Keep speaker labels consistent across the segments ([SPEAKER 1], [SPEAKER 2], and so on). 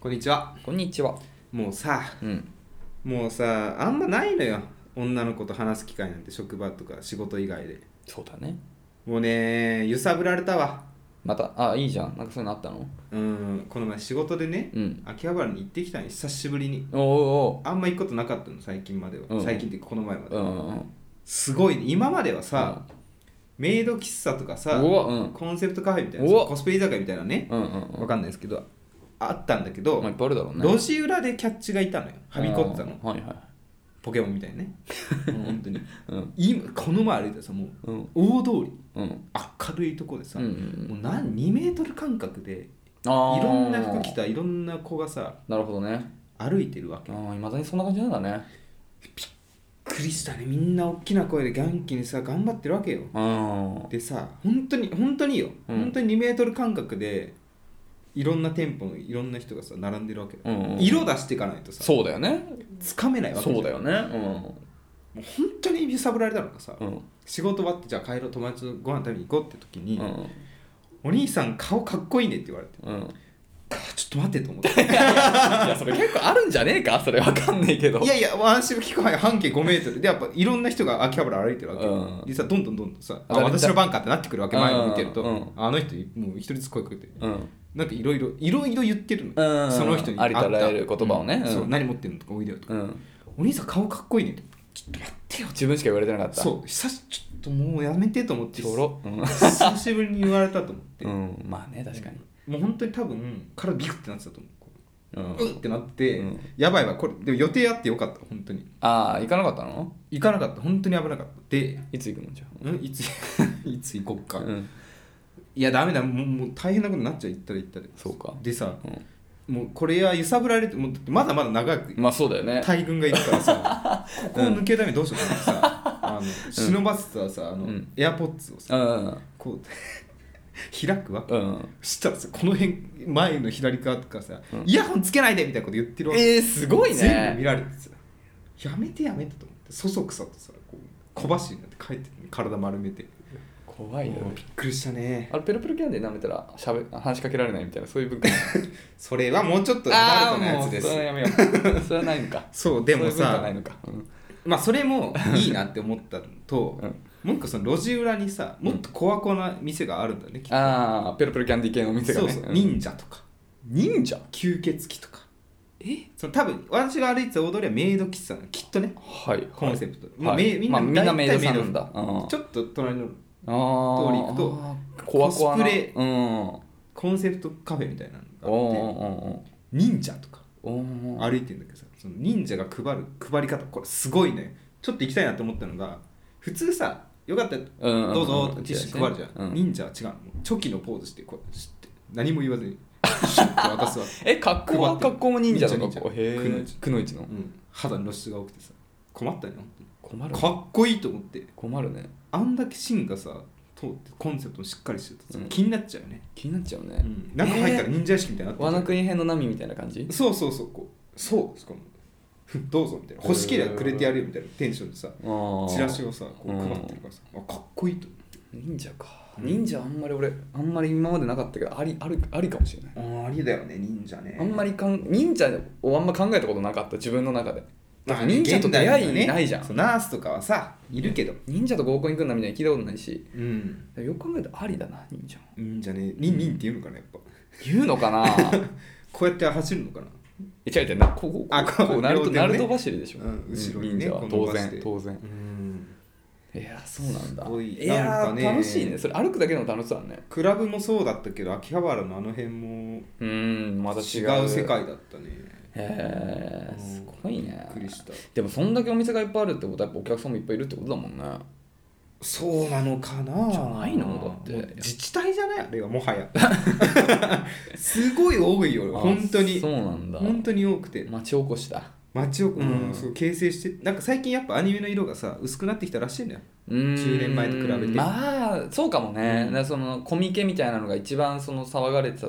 [SPEAKER 1] こんにちは
[SPEAKER 2] こんにちは。
[SPEAKER 1] もうさ
[SPEAKER 2] うん。
[SPEAKER 1] もうさあんまないのよ女の子と話す機会なんて職場とか仕事以外で
[SPEAKER 2] そうだね。
[SPEAKER 1] もうね揺さぶられたわ
[SPEAKER 2] また、あ、いいじゃん。なんかそういうのあったの
[SPEAKER 1] うんこの前仕事でね
[SPEAKER 2] うん。
[SPEAKER 1] 秋葉原に行ってきたの久しぶりに
[SPEAKER 2] おうお
[SPEAKER 1] あんま行くことなかったの最近までは、
[SPEAKER 2] うん
[SPEAKER 1] 最近っていうかこの前ま
[SPEAKER 2] う
[SPEAKER 1] で、
[SPEAKER 2] おう。うんうんうん。
[SPEAKER 1] すごい、ね、今まではさ、メイド喫茶とかさ
[SPEAKER 2] うわうん
[SPEAKER 1] コンセプトカフェみたいな
[SPEAKER 2] うわ
[SPEAKER 1] コスプレ居酒屋みたいなね
[SPEAKER 2] うんうんうん。
[SPEAKER 1] わかんないですけどあったんだけ
[SPEAKER 2] まあ、い
[SPEAKER 1] ど
[SPEAKER 2] っぱいあるだろうね。
[SPEAKER 1] 路地裏でキャッチがいたのよはびこってたの
[SPEAKER 2] あーはいはい。
[SPEAKER 1] ポケモンみたいなねもう本当に
[SPEAKER 2] うん。
[SPEAKER 1] 今この前歩いたらさもう
[SPEAKER 2] うん。
[SPEAKER 1] 大通り
[SPEAKER 2] うん。
[SPEAKER 1] 明るいとこでさ、
[SPEAKER 2] うんうんうん
[SPEAKER 1] もう何2メートル間隔で
[SPEAKER 2] ああ。
[SPEAKER 1] いろんな服着。たいろんな子がさ
[SPEAKER 2] なるほどね。
[SPEAKER 1] 歩いてるわけ
[SPEAKER 2] ああ、いまだにそんな感じなんだね。
[SPEAKER 1] クリスタねみんな大きな声で元気にさ頑張ってるわけよ
[SPEAKER 2] うん。
[SPEAKER 1] でさ本当に本当によ、
[SPEAKER 2] うん
[SPEAKER 1] 本当に2メートル間隔でいろんな店舗のいろんな人がさ並んでるわけよ、
[SPEAKER 2] うんうん
[SPEAKER 1] 色出していかないとさ
[SPEAKER 2] そうだよね。
[SPEAKER 1] つかめないわけ
[SPEAKER 2] そうだ
[SPEAKER 1] よ
[SPEAKER 2] よね。
[SPEAKER 1] もう本当に揺さぶられたのがさ、
[SPEAKER 2] うん。うん。
[SPEAKER 1] 仕事終わってじゃあ帰ろう友達とご飯食べに行こうって時に、
[SPEAKER 2] うん。
[SPEAKER 1] お兄さん顔かっこいいねって言われて
[SPEAKER 2] うん。
[SPEAKER 1] あ ちょっと待ってと思 って
[SPEAKER 2] いや、それ結構あるんじゃねえかそれわかんないけど。
[SPEAKER 1] いやいや私の機械半径5メートルでやっぱいろんな人が秋葉原歩いてるわけ、
[SPEAKER 2] うん
[SPEAKER 1] でさどんどんどんどんさあ
[SPEAKER 2] あだ
[SPEAKER 1] 私の番かってなってくるわけ
[SPEAKER 2] うん
[SPEAKER 1] 前の見てると、
[SPEAKER 2] うん
[SPEAKER 1] あの人もう一人ずつ声かけて
[SPEAKER 2] うん。
[SPEAKER 1] なんかいろいろいろいろ言ってる
[SPEAKER 2] う
[SPEAKER 1] の
[SPEAKER 2] ん
[SPEAKER 1] その人に
[SPEAKER 2] ありとあらゆる言葉をね
[SPEAKER 1] うん
[SPEAKER 2] うん
[SPEAKER 1] そう何持ってるのとかおいでよとか、
[SPEAKER 2] うん。
[SPEAKER 1] お兄さん顔かっこいいねちょっと待ってよ
[SPEAKER 2] 自分しか言われてなかった。
[SPEAKER 1] そう久しちょっともうやめてと思 って
[SPEAKER 2] ちょろ。うん。
[SPEAKER 1] 久しぶりに言われたと思って、
[SPEAKER 2] うん、まあね確かに、
[SPEAKER 1] もう本当に多分体ビクってなってたと思うこ
[SPEAKER 2] うん
[SPEAKER 1] ううんってなって、
[SPEAKER 2] うん
[SPEAKER 1] やばいわこれでも予定あってよかった本当に
[SPEAKER 2] ああ行かなかったの
[SPEAKER 1] 行かなかった本当に危なかったで
[SPEAKER 2] いつ行くのじゃ
[SPEAKER 1] うん いついつ行こっ
[SPEAKER 2] あ
[SPEAKER 1] か、
[SPEAKER 2] うん
[SPEAKER 1] いやダメだもうもう大変なことになっちゃう行ったら行ったで
[SPEAKER 2] そうか
[SPEAKER 1] でさ
[SPEAKER 2] うん
[SPEAKER 1] もうこれは揺さぶられてもうだってまだまだ長く
[SPEAKER 2] まあそうだよね
[SPEAKER 1] 大軍がいるから さここを抜けるためにどうしようかなってさあの忍ばせたらさあの、
[SPEAKER 2] うん
[SPEAKER 1] エアポッツをさ
[SPEAKER 2] うんうん
[SPEAKER 1] こう 開くわけ
[SPEAKER 2] うん
[SPEAKER 1] そしたらさこの辺前の左側とかさ、
[SPEAKER 2] うん
[SPEAKER 1] イヤホンつけないでみたいなこと言ってるわけ
[SPEAKER 2] えー、すごい
[SPEAKER 1] 全部見
[SPEAKER 2] ね
[SPEAKER 1] られてさやめてやめてと思ってそそくさとさこう小走りになって帰ってくる体丸めて
[SPEAKER 2] 怖いよ
[SPEAKER 1] もうびっくりしたね
[SPEAKER 2] あれペロペロキャンディ舐めたらしゃべ話しかけられないみたいなそういう文化
[SPEAKER 1] それはもうちょっと
[SPEAKER 2] あ
[SPEAKER 1] ダ
[SPEAKER 2] あ
[SPEAKER 1] ルトなや
[SPEAKER 2] も
[SPEAKER 1] つ
[SPEAKER 2] う
[SPEAKER 1] で
[SPEAKER 2] それは
[SPEAKER 1] す
[SPEAKER 2] やめよう それはないのか
[SPEAKER 1] そうでも
[SPEAKER 2] そういう文化ない
[SPEAKER 1] さ
[SPEAKER 2] のかうん
[SPEAKER 1] まあそれもいいなって思ったのと、
[SPEAKER 2] うん
[SPEAKER 1] もう一個その路地裏にさもっとコアコアな店があるんだね、きっと
[SPEAKER 2] ああペロペロキャンディ系のお店が
[SPEAKER 1] そう
[SPEAKER 2] ね
[SPEAKER 1] そう、
[SPEAKER 2] ん
[SPEAKER 1] 忍者とか
[SPEAKER 2] 忍者
[SPEAKER 1] 吸血鬼とか
[SPEAKER 2] え
[SPEAKER 1] その多分私が歩いてた大通りはメイド喫茶なのきっとね
[SPEAKER 2] はい
[SPEAKER 1] コンセプト、
[SPEAKER 2] まあ
[SPEAKER 1] め
[SPEAKER 2] みんなみんなメイドさんなんだ
[SPEAKER 1] 大体メイド
[SPEAKER 2] うん
[SPEAKER 1] ちょっと隣の
[SPEAKER 2] 通
[SPEAKER 1] 通り行くと
[SPEAKER 2] コアコア
[SPEAKER 1] コスプ
[SPEAKER 2] な
[SPEAKER 1] レ
[SPEAKER 2] うんうん
[SPEAKER 1] コンセプトカフェみたいなのがあって
[SPEAKER 2] お
[SPEAKER 1] 忍者とか
[SPEAKER 2] ーおーおー
[SPEAKER 1] 歩いてんだけどさその忍者が配る配り方これすごいねちょっと行きたいなと思ったのが普通さよかったら
[SPEAKER 2] うんうん
[SPEAKER 1] どうぞってティッシュ配るじゃん、
[SPEAKER 2] うん
[SPEAKER 1] 忍者は違うのチョキのポーズしてこうシュッて何も言わ ずにシュッて渡すわけ、
[SPEAKER 2] え格好
[SPEAKER 1] 配っ
[SPEAKER 2] は
[SPEAKER 1] てる
[SPEAKER 2] 格好も忍者の
[SPEAKER 1] 忍者
[SPEAKER 2] 格好
[SPEAKER 1] 忍者
[SPEAKER 2] へ
[SPEAKER 1] くのい
[SPEAKER 2] え
[SPEAKER 1] ち
[SPEAKER 2] くのいちの
[SPEAKER 1] うん、肌の露出が多くてさ困ったよね本
[SPEAKER 2] 困
[SPEAKER 1] 当
[SPEAKER 2] る
[SPEAKER 1] に
[SPEAKER 2] ね
[SPEAKER 1] かっこいいと思って
[SPEAKER 2] 困るね
[SPEAKER 1] あんだけ芯がさ通ってコンセプトもしっかりしてるとさ、
[SPEAKER 2] うん
[SPEAKER 1] 気になっちゃうよね、
[SPEAKER 2] 気になっちゃう
[SPEAKER 1] う
[SPEAKER 2] ね
[SPEAKER 1] ん、中入ったら忍者屋敷みたいになって
[SPEAKER 2] ワ
[SPEAKER 1] るじゃ
[SPEAKER 2] ノ
[SPEAKER 1] ん
[SPEAKER 2] 国編の波みたいな感じ
[SPEAKER 1] そうそうそうこうそうしかもふどうぞみたいな欲しければくれてやるよみたいなテンションでさチ
[SPEAKER 2] チ
[SPEAKER 1] ラシをさこう配ってるからさ、あかっこいいと
[SPEAKER 2] 忍者か
[SPEAKER 1] うん
[SPEAKER 2] 忍者あんまり俺あんまり今までなかったけどありあるありかもしれない
[SPEAKER 1] 思うあありだよね忍者ね
[SPEAKER 2] あんまりかん忍者をあんま考えたことなかった自分の中でだって忍者と
[SPEAKER 1] 現代に
[SPEAKER 2] 出
[SPEAKER 1] は
[SPEAKER 2] 会いないじゃん
[SPEAKER 1] そうナースとかはさいるけど
[SPEAKER 2] 忍者と合コン行くんだみたいな聞いたことないし
[SPEAKER 1] うん
[SPEAKER 2] よく考えたらありだな忍者も
[SPEAKER 1] 忍者ね忍忍って言うのかなやっぱ
[SPEAKER 2] 言う のかな
[SPEAKER 1] こうやって走るのかな
[SPEAKER 2] え違う違うなこうこう
[SPEAKER 1] あこう
[SPEAKER 2] こうナル
[SPEAKER 1] 両手
[SPEAKER 2] ト
[SPEAKER 1] をね
[SPEAKER 2] ナルト走りでしょ
[SPEAKER 1] うん後ろにね
[SPEAKER 2] 忍者は
[SPEAKER 1] こう伸
[SPEAKER 2] 当
[SPEAKER 1] ばして
[SPEAKER 2] 然当然
[SPEAKER 1] うん
[SPEAKER 2] いやーそうなんだ
[SPEAKER 1] すごい
[SPEAKER 2] いや
[SPEAKER 1] なんか
[SPEAKER 2] ー
[SPEAKER 1] ね
[SPEAKER 2] 楽しいねそれ歩くだけでも楽しそうだね
[SPEAKER 1] クラブもそうだったけど秋葉原のあの辺も
[SPEAKER 2] うーんまた
[SPEAKER 1] 違
[SPEAKER 2] 違
[SPEAKER 1] う
[SPEAKER 2] う
[SPEAKER 1] 世界だったね
[SPEAKER 2] へえ
[SPEAKER 1] うん
[SPEAKER 2] すごい
[SPEAKER 1] び
[SPEAKER 2] ね
[SPEAKER 1] っくりした
[SPEAKER 2] でもそんだけお店がいっぱいあるってことはやっぱお客さんもいっぱいいるってことだもんね
[SPEAKER 1] そうなのかな
[SPEAKER 2] じゃないのだって
[SPEAKER 1] もう自治体じゃないあれはもは やすごい多いよ
[SPEAKER 2] あ
[SPEAKER 1] 本当に
[SPEAKER 2] そうなんだ
[SPEAKER 1] 本当に多くて
[SPEAKER 2] 町おこしだ
[SPEAKER 1] 街を、
[SPEAKER 2] うん
[SPEAKER 1] うんそう形成してなんか最近やっぱアニメの色がさ薄くなってきたらしいんだよ
[SPEAKER 2] うーん
[SPEAKER 1] 10年前と比べて
[SPEAKER 2] まあそうかもね、
[SPEAKER 1] うん
[SPEAKER 2] だからそのコミケみたいなのが一番その騒がれてた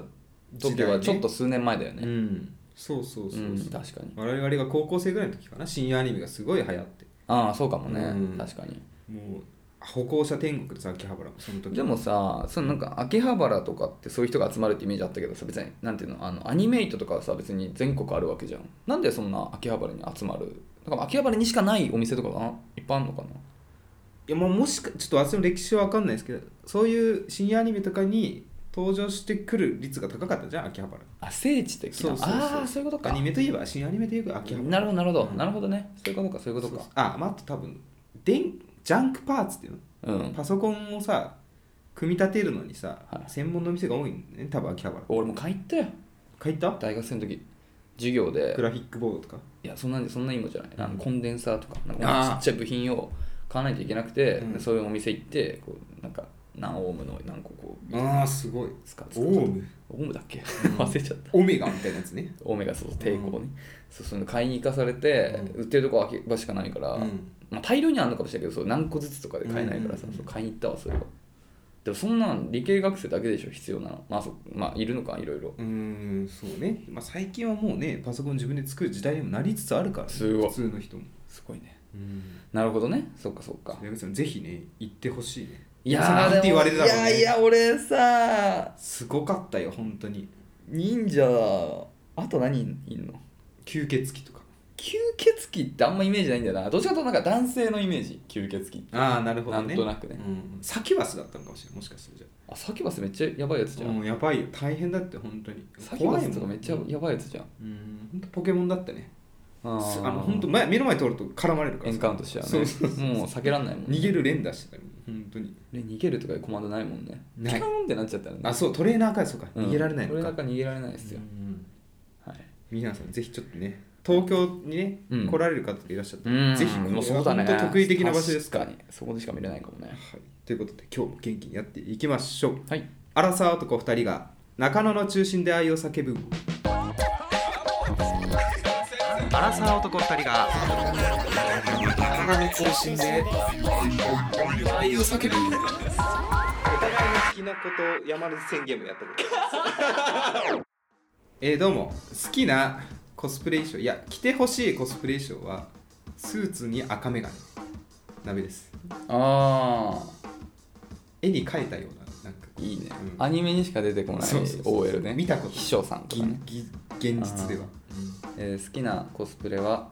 [SPEAKER 2] 時はちょっと数年前だよ
[SPEAKER 1] う
[SPEAKER 2] ね
[SPEAKER 1] んそうそうそう
[SPEAKER 2] う
[SPEAKER 1] そう、
[SPEAKER 2] ん確かに
[SPEAKER 1] 我々が高校生ぐらいの時かな深夜アニメがすごい流行って
[SPEAKER 2] ああそうかもね、
[SPEAKER 1] うん
[SPEAKER 2] 確かに
[SPEAKER 1] もう歩行者天国でさ秋葉原もその時
[SPEAKER 2] でもさそのなんか秋葉原とかってそういう人が集まるってイメージあったけどさ別になんていうのあのアニメイトとかはさ別に全国あるわけじゃんなんでそんな秋葉原に集まるなんか秋葉原にしかないお店とかがいっぱいあるのかない
[SPEAKER 1] やもうもしかちょっと私の歴史は分かんないですけどそういう深夜アニメとかに登場してくる率が高かったじゃん秋葉原
[SPEAKER 2] あ聖地的な
[SPEAKER 1] そうそうそう
[SPEAKER 2] ああそういうことか
[SPEAKER 1] アニメといえば深夜アニメといえば秋葉原
[SPEAKER 2] なるほどなるほど、
[SPEAKER 1] うん
[SPEAKER 2] なるほどねそういうことかそういうことか
[SPEAKER 1] そうそうあまああと多分でんジャンクパーツっていうの
[SPEAKER 2] うん
[SPEAKER 1] パソコンをさ組み立てるのにさ、
[SPEAKER 2] はい
[SPEAKER 1] 専門の店が多いんだね多分秋葉原
[SPEAKER 2] 俺も買いに行ったよ
[SPEAKER 1] 書いた
[SPEAKER 2] 大学生の時授業で
[SPEAKER 1] グラフィックボードとか
[SPEAKER 2] いやそんなんそんなにもじゃないあ
[SPEAKER 1] うん
[SPEAKER 2] のコンデンサーとかなん
[SPEAKER 1] あー
[SPEAKER 2] かちっちゃい部品を買わないといけなくて、
[SPEAKER 1] うん
[SPEAKER 2] そういうお店行ってこうなんか何オームの何個こう
[SPEAKER 1] ああすごい
[SPEAKER 2] 使って
[SPEAKER 1] オ
[SPEAKER 2] た
[SPEAKER 1] ウム
[SPEAKER 2] オームだっけ忘れちゃった
[SPEAKER 1] オメガみたいなやつね
[SPEAKER 2] オメガそうそう抵抗ね、そうそういうの買いに行かされて、売ってるとこは秋葉しかないから、
[SPEAKER 1] うん
[SPEAKER 2] まあ、大量にはあるのかもしれないけどそう何個ずつとかで買えないからさ、
[SPEAKER 1] うんうんうん
[SPEAKER 2] そう買いに行ったわそれはでもそんなん理系学生だけでしょ必要なのまあそまあいるのかいろいろ
[SPEAKER 1] うーんそうね、まあ、最近はもうねパソコン自分で作る時代にもなりつつあるから、ね、
[SPEAKER 2] すごい
[SPEAKER 1] 普通の人も
[SPEAKER 2] すごいね
[SPEAKER 1] うん
[SPEAKER 2] なるほどねそっかそっか
[SPEAKER 1] 矢口さんぜひね行ってほしいね
[SPEAKER 2] いや
[SPEAKER 1] そんな
[SPEAKER 2] ー
[SPEAKER 1] んて
[SPEAKER 2] で
[SPEAKER 1] 言
[SPEAKER 2] も
[SPEAKER 1] われるだろう、ね、
[SPEAKER 2] いやいや俺さ
[SPEAKER 1] すごかったよ本当に
[SPEAKER 2] 忍者あと何いんの
[SPEAKER 1] 吸血鬼とか
[SPEAKER 2] 吸血鬼ってあんまイメージないんだよなどっちかというとなんか男性のイメージ吸血鬼って
[SPEAKER 1] ああなるほどね
[SPEAKER 2] なんとなくね
[SPEAKER 1] うん、サキュバスだったのかもしれないもしかしたらじゃ
[SPEAKER 2] あサキュバスめっちゃやばいやつじゃ
[SPEAKER 1] あ
[SPEAKER 2] ん、
[SPEAKER 1] うんやばいよ大変だって本当に
[SPEAKER 2] サキュバスとか
[SPEAKER 1] 怖いもん
[SPEAKER 2] めっちゃやばいやつじゃん
[SPEAKER 1] うん本当ポケモンだったね
[SPEAKER 2] あ
[SPEAKER 1] すあの本当前目の前通ると絡まれるから
[SPEAKER 2] エンカウントしちゃうね
[SPEAKER 1] そうそうそう
[SPEAKER 2] もう避けらんないもんね
[SPEAKER 1] 逃げる連打してたよ本当に
[SPEAKER 2] ね逃げるとかいうコマンドないもんね
[SPEAKER 1] ない
[SPEAKER 2] ピカーンってなっちゃったらね
[SPEAKER 1] あそうトレーナーかそうか、
[SPEAKER 2] うん
[SPEAKER 1] 逃げられない
[SPEAKER 2] これ
[SPEAKER 1] の
[SPEAKER 2] な
[SPEAKER 1] か
[SPEAKER 2] んか逃げられないですよ、
[SPEAKER 1] うん
[SPEAKER 2] はい
[SPEAKER 1] 皆さんぜひちょっとね東京にね、
[SPEAKER 2] うん
[SPEAKER 1] 来られる方がいらっしゃったら、
[SPEAKER 2] うん
[SPEAKER 1] ぜひ
[SPEAKER 2] もうそうだね
[SPEAKER 1] 本当得意的な場所ですから、
[SPEAKER 2] 確かにそこでしか見れないかもね
[SPEAKER 1] はい、ということで今日も元気にやっていきましょう
[SPEAKER 2] はい
[SPEAKER 1] アラサー男2人が中野の中心で愛を叫ぶアラサー男2人が中野の中心で愛を叫ぶお互いの好きなことを山根宣言もやったこと えー、どうも好きなコスプレ衣装いや着てほしいコスプレ衣装はスーツに赤眼鏡鍋です
[SPEAKER 2] あ
[SPEAKER 1] 絵に描いたようななんか
[SPEAKER 2] あいいね、
[SPEAKER 1] うん
[SPEAKER 2] アニメにしか出てこない
[SPEAKER 1] そうそうそう
[SPEAKER 2] OL ね
[SPEAKER 1] 見たことない
[SPEAKER 2] 秘書さんと
[SPEAKER 1] ぎ
[SPEAKER 2] かね、
[SPEAKER 1] ぎ現実では、
[SPEAKER 2] えー好きなコスプレは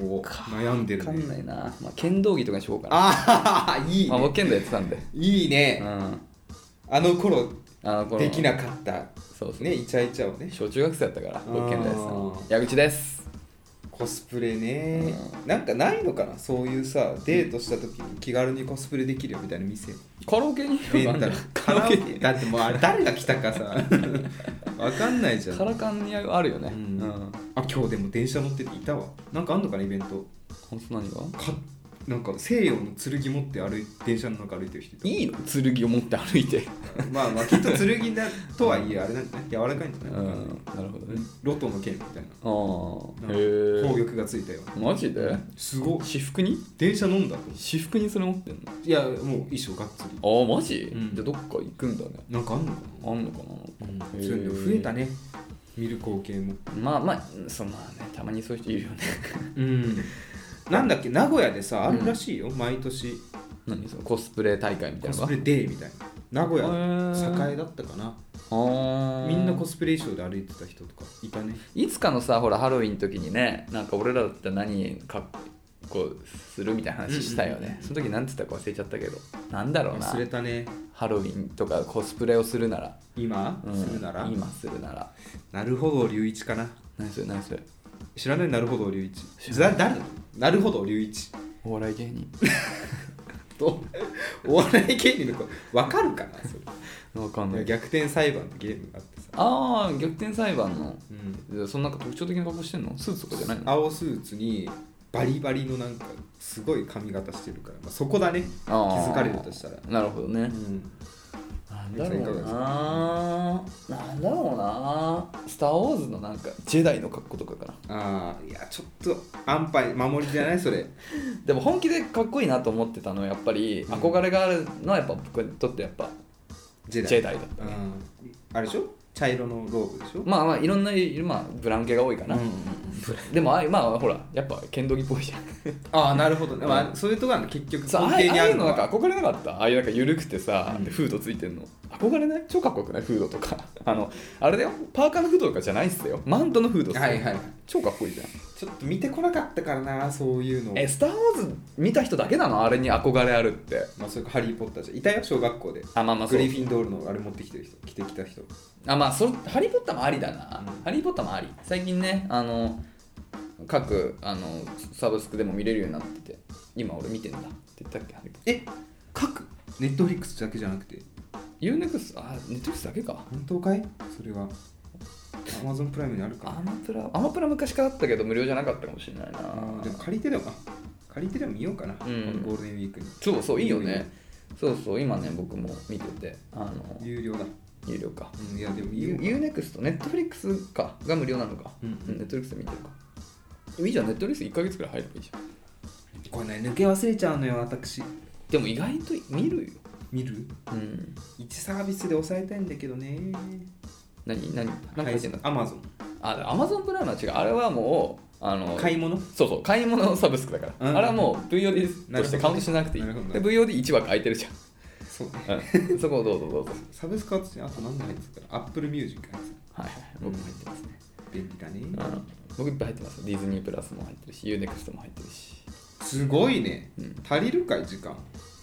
[SPEAKER 1] お悩んで
[SPEAKER 2] 分
[SPEAKER 1] る
[SPEAKER 2] かんな
[SPEAKER 1] ね
[SPEAKER 2] いな、まあ、剣道着とかにしようかな
[SPEAKER 1] ああいい
[SPEAKER 2] まあ、
[SPEAKER 1] ね
[SPEAKER 2] 僕剣道やってたんで、
[SPEAKER 1] いいうね、
[SPEAKER 2] ん、
[SPEAKER 1] あの頃
[SPEAKER 2] あの頃
[SPEAKER 1] できなかった
[SPEAKER 2] そうですね
[SPEAKER 1] ねイチャイチャをね
[SPEAKER 2] 小中学生やったから僕剣道やってたの
[SPEAKER 1] あ
[SPEAKER 2] 矢口です
[SPEAKER 1] コスプレねなんかないのかなそういうさデートした時に気軽にコスプレできるよみたいな店
[SPEAKER 2] カラオケに
[SPEAKER 1] レンタル
[SPEAKER 2] カ
[SPEAKER 1] カ
[SPEAKER 2] ラ
[SPEAKER 1] ラ
[SPEAKER 2] オ
[SPEAKER 1] オ
[SPEAKER 2] ケ
[SPEAKER 1] ケだってもうあれ誰が来た かさわかんないじゃん
[SPEAKER 2] カラカンにあるよね
[SPEAKER 1] う
[SPEAKER 2] うんん、本
[SPEAKER 1] あ今日でも電車乗ってていたわなんかあんのかなイベント
[SPEAKER 2] 当何が
[SPEAKER 1] かなんか西洋の剣持って歩い電車の中歩いてる人いた
[SPEAKER 2] いいの剣を持って歩いて
[SPEAKER 1] まあまあきっと剣だとはいえあれなんじゃない柔らかいんじ
[SPEAKER 2] う
[SPEAKER 1] ゃ
[SPEAKER 2] ん
[SPEAKER 1] ない、
[SPEAKER 2] なるほどね
[SPEAKER 1] ロトの剣みたいな
[SPEAKER 2] ああ
[SPEAKER 1] なんか
[SPEAKER 2] へ
[SPEAKER 1] 宝
[SPEAKER 2] え
[SPEAKER 1] 玉がついたよ
[SPEAKER 2] マジで
[SPEAKER 1] すごっ
[SPEAKER 2] 私服に
[SPEAKER 1] 電車飲んだと
[SPEAKER 2] 私服にそれ持ってん
[SPEAKER 1] いやもう衣装がっつり
[SPEAKER 2] のああマジ、
[SPEAKER 1] うん
[SPEAKER 2] じゃあどっか行くんだね
[SPEAKER 1] なんかあんのか
[SPEAKER 2] あんのか
[SPEAKER 1] な
[SPEAKER 2] な、
[SPEAKER 1] そう
[SPEAKER 2] へえ
[SPEAKER 1] いうの増えたね見る光景も
[SPEAKER 2] まあまあそうまあねたまにそういう人いるよね
[SPEAKER 1] うんなんだっけ名古屋でさあるらしいよ、毎年
[SPEAKER 2] 何そのコスプレ大会み
[SPEAKER 1] コ
[SPEAKER 2] たいな
[SPEAKER 1] ス
[SPEAKER 2] の
[SPEAKER 1] プ
[SPEAKER 2] が
[SPEAKER 1] レデーみたいな名古
[SPEAKER 2] へ
[SPEAKER 1] 屋
[SPEAKER 2] ー
[SPEAKER 1] 栄だったかな
[SPEAKER 2] ああ
[SPEAKER 1] みんなコスプレ衣装で歩いてた人とかいたね
[SPEAKER 2] いつかのさほらハロウィンの時にねなんか俺らだったら何格好するみたいな話した
[SPEAKER 1] うん
[SPEAKER 2] よ
[SPEAKER 1] うん
[SPEAKER 2] ね
[SPEAKER 1] うん
[SPEAKER 2] その時何て言ったか忘れちゃったけどなんだろうな
[SPEAKER 1] 忘れたね
[SPEAKER 2] ハロウィンとかコスプレをするなら、
[SPEAKER 1] 今、
[SPEAKER 2] うん
[SPEAKER 1] するなら
[SPEAKER 2] 今するなら
[SPEAKER 1] なるほど龍一かな
[SPEAKER 2] 何それ何それ
[SPEAKER 1] 知らないなるほど龍一
[SPEAKER 2] 知ら
[SPEAKER 1] だ誰なのなるほど龍 一
[SPEAKER 2] お笑い 芸人
[SPEAKER 1] とお笑い芸人の子分かるかなそ
[SPEAKER 2] わかんな
[SPEAKER 1] れ
[SPEAKER 2] い
[SPEAKER 1] 逆転裁判ってゲームがあってさ、
[SPEAKER 2] ああ逆転裁判の
[SPEAKER 1] うん、
[SPEAKER 2] いやそのなんか特徴的な格好してんのスーツとかじゃないの
[SPEAKER 1] 青スーツにバリバリのなんかすごい髪型してるから、まあ、そこだね気
[SPEAKER 2] あー
[SPEAKER 1] づかれるとしたら、
[SPEAKER 2] なるほどね
[SPEAKER 1] うん、
[SPEAKER 2] なんだろ
[SPEAKER 1] いかが
[SPEAKER 2] う
[SPEAKER 1] です
[SPEAKER 2] ななんだろうなスター・ウォーズのなんかジェダイの格好とかかな
[SPEAKER 1] ああいやちょっと安牌守りじゃないそれ
[SPEAKER 2] でも本気でかっこいいなと思ってたのはやっぱり
[SPEAKER 1] ん
[SPEAKER 2] 憧れがあるのはやっぱ僕にとってやっぱ
[SPEAKER 1] ジェダイ
[SPEAKER 2] ジェダイだった、
[SPEAKER 1] うんあれでしょ茶色のローブでしょ、
[SPEAKER 2] まあまあいろんな、まあ、ブランケが多いかな、
[SPEAKER 1] うんうんうん
[SPEAKER 2] そうでもああいうまあほらやっぱ剣道着っぽいじゃん
[SPEAKER 1] ああなるほどね、まあ、そういうところは結局
[SPEAKER 2] そう
[SPEAKER 1] 根
[SPEAKER 2] ああい
[SPEAKER 1] 底
[SPEAKER 2] う
[SPEAKER 1] に
[SPEAKER 2] あ
[SPEAKER 1] あ
[SPEAKER 2] あい
[SPEAKER 1] る
[SPEAKER 2] う
[SPEAKER 1] の
[SPEAKER 2] のなん
[SPEAKER 1] が
[SPEAKER 2] か憧れなかったああいうなんか緩くてさ、でフードついてんの憧れない超かっこよくないフードとか あのあれだよパーカーのフードとかじゃないっすよマントのフードっすよ、
[SPEAKER 1] はいはい
[SPEAKER 2] 超かっこいいじゃん
[SPEAKER 1] ちょっと見てこなかったからなそういうのを
[SPEAKER 2] え「スター・ウォーズ」見た人だけなのあれに憧れあるって
[SPEAKER 1] まあ、それかハリー・ポッターじゃんいたよ小学校で
[SPEAKER 2] あまあまあそ
[SPEAKER 1] グ
[SPEAKER 2] う
[SPEAKER 1] リフィンドールのあれ持ってきてる人着てきた人
[SPEAKER 2] あまあそれハリー・ポッターもありだな、
[SPEAKER 1] うん
[SPEAKER 2] ハリー・ポッターもあり最近ねあの各あのサブスクでも見れるようになってて今俺見てんだって言ったっけハリー・ポッター
[SPEAKER 1] え各ネットフリックスだけじゃなくて
[SPEAKER 2] UNEXT あネットフリックスだけか
[SPEAKER 1] 本当かいそれはアマゾンプライムにあるか
[SPEAKER 2] アマプラアマプラ昔からあったけど無料じゃなかったかもしれないな
[SPEAKER 1] あでも借りてでもあ借りてでも見ようかな、このゴールデンウィークに
[SPEAKER 2] そうそういいよねそうそう今ね僕も見ててあの
[SPEAKER 1] 有料だ、
[SPEAKER 2] 有料か
[SPEAKER 1] うん、いやでも有
[SPEAKER 2] U-
[SPEAKER 1] 料
[SPEAKER 2] UNEXT ネットフリックスかが無料なのか
[SPEAKER 1] うん
[SPEAKER 2] ネットフリックスで見てるかいいじゃんネットフリックス1ヶ月くらい入ればいいじゃん
[SPEAKER 1] これね抜け忘れちゃうのよ私
[SPEAKER 2] でも意外と見るよ
[SPEAKER 1] 見る
[SPEAKER 2] うん
[SPEAKER 1] 1サービスで抑えたいんだけどね
[SPEAKER 2] 何何何書いてんだ
[SPEAKER 1] アマゾン
[SPEAKER 2] あアマゾンプライムは違うあれはもうあの
[SPEAKER 1] 買い物
[SPEAKER 2] そうそう買い物サブスクだから、
[SPEAKER 1] うん
[SPEAKER 2] あれはもう VOD としてカウントしなくていい、
[SPEAKER 1] なるほど
[SPEAKER 2] で VOD1 枠空いてるじ
[SPEAKER 1] そうね
[SPEAKER 2] ゃん、うん、そこをどうぞどうぞ
[SPEAKER 1] サブスクは私あと何で入ってたからアップルミュージック入って
[SPEAKER 2] はいはい僕も入ってますね、
[SPEAKER 1] た便利だね、
[SPEAKER 2] うん、僕いっぱい入ってますディズニープラスも入ってるし UNEXT も入ってるし
[SPEAKER 1] すごいね、
[SPEAKER 2] うん
[SPEAKER 1] 足りるかい時間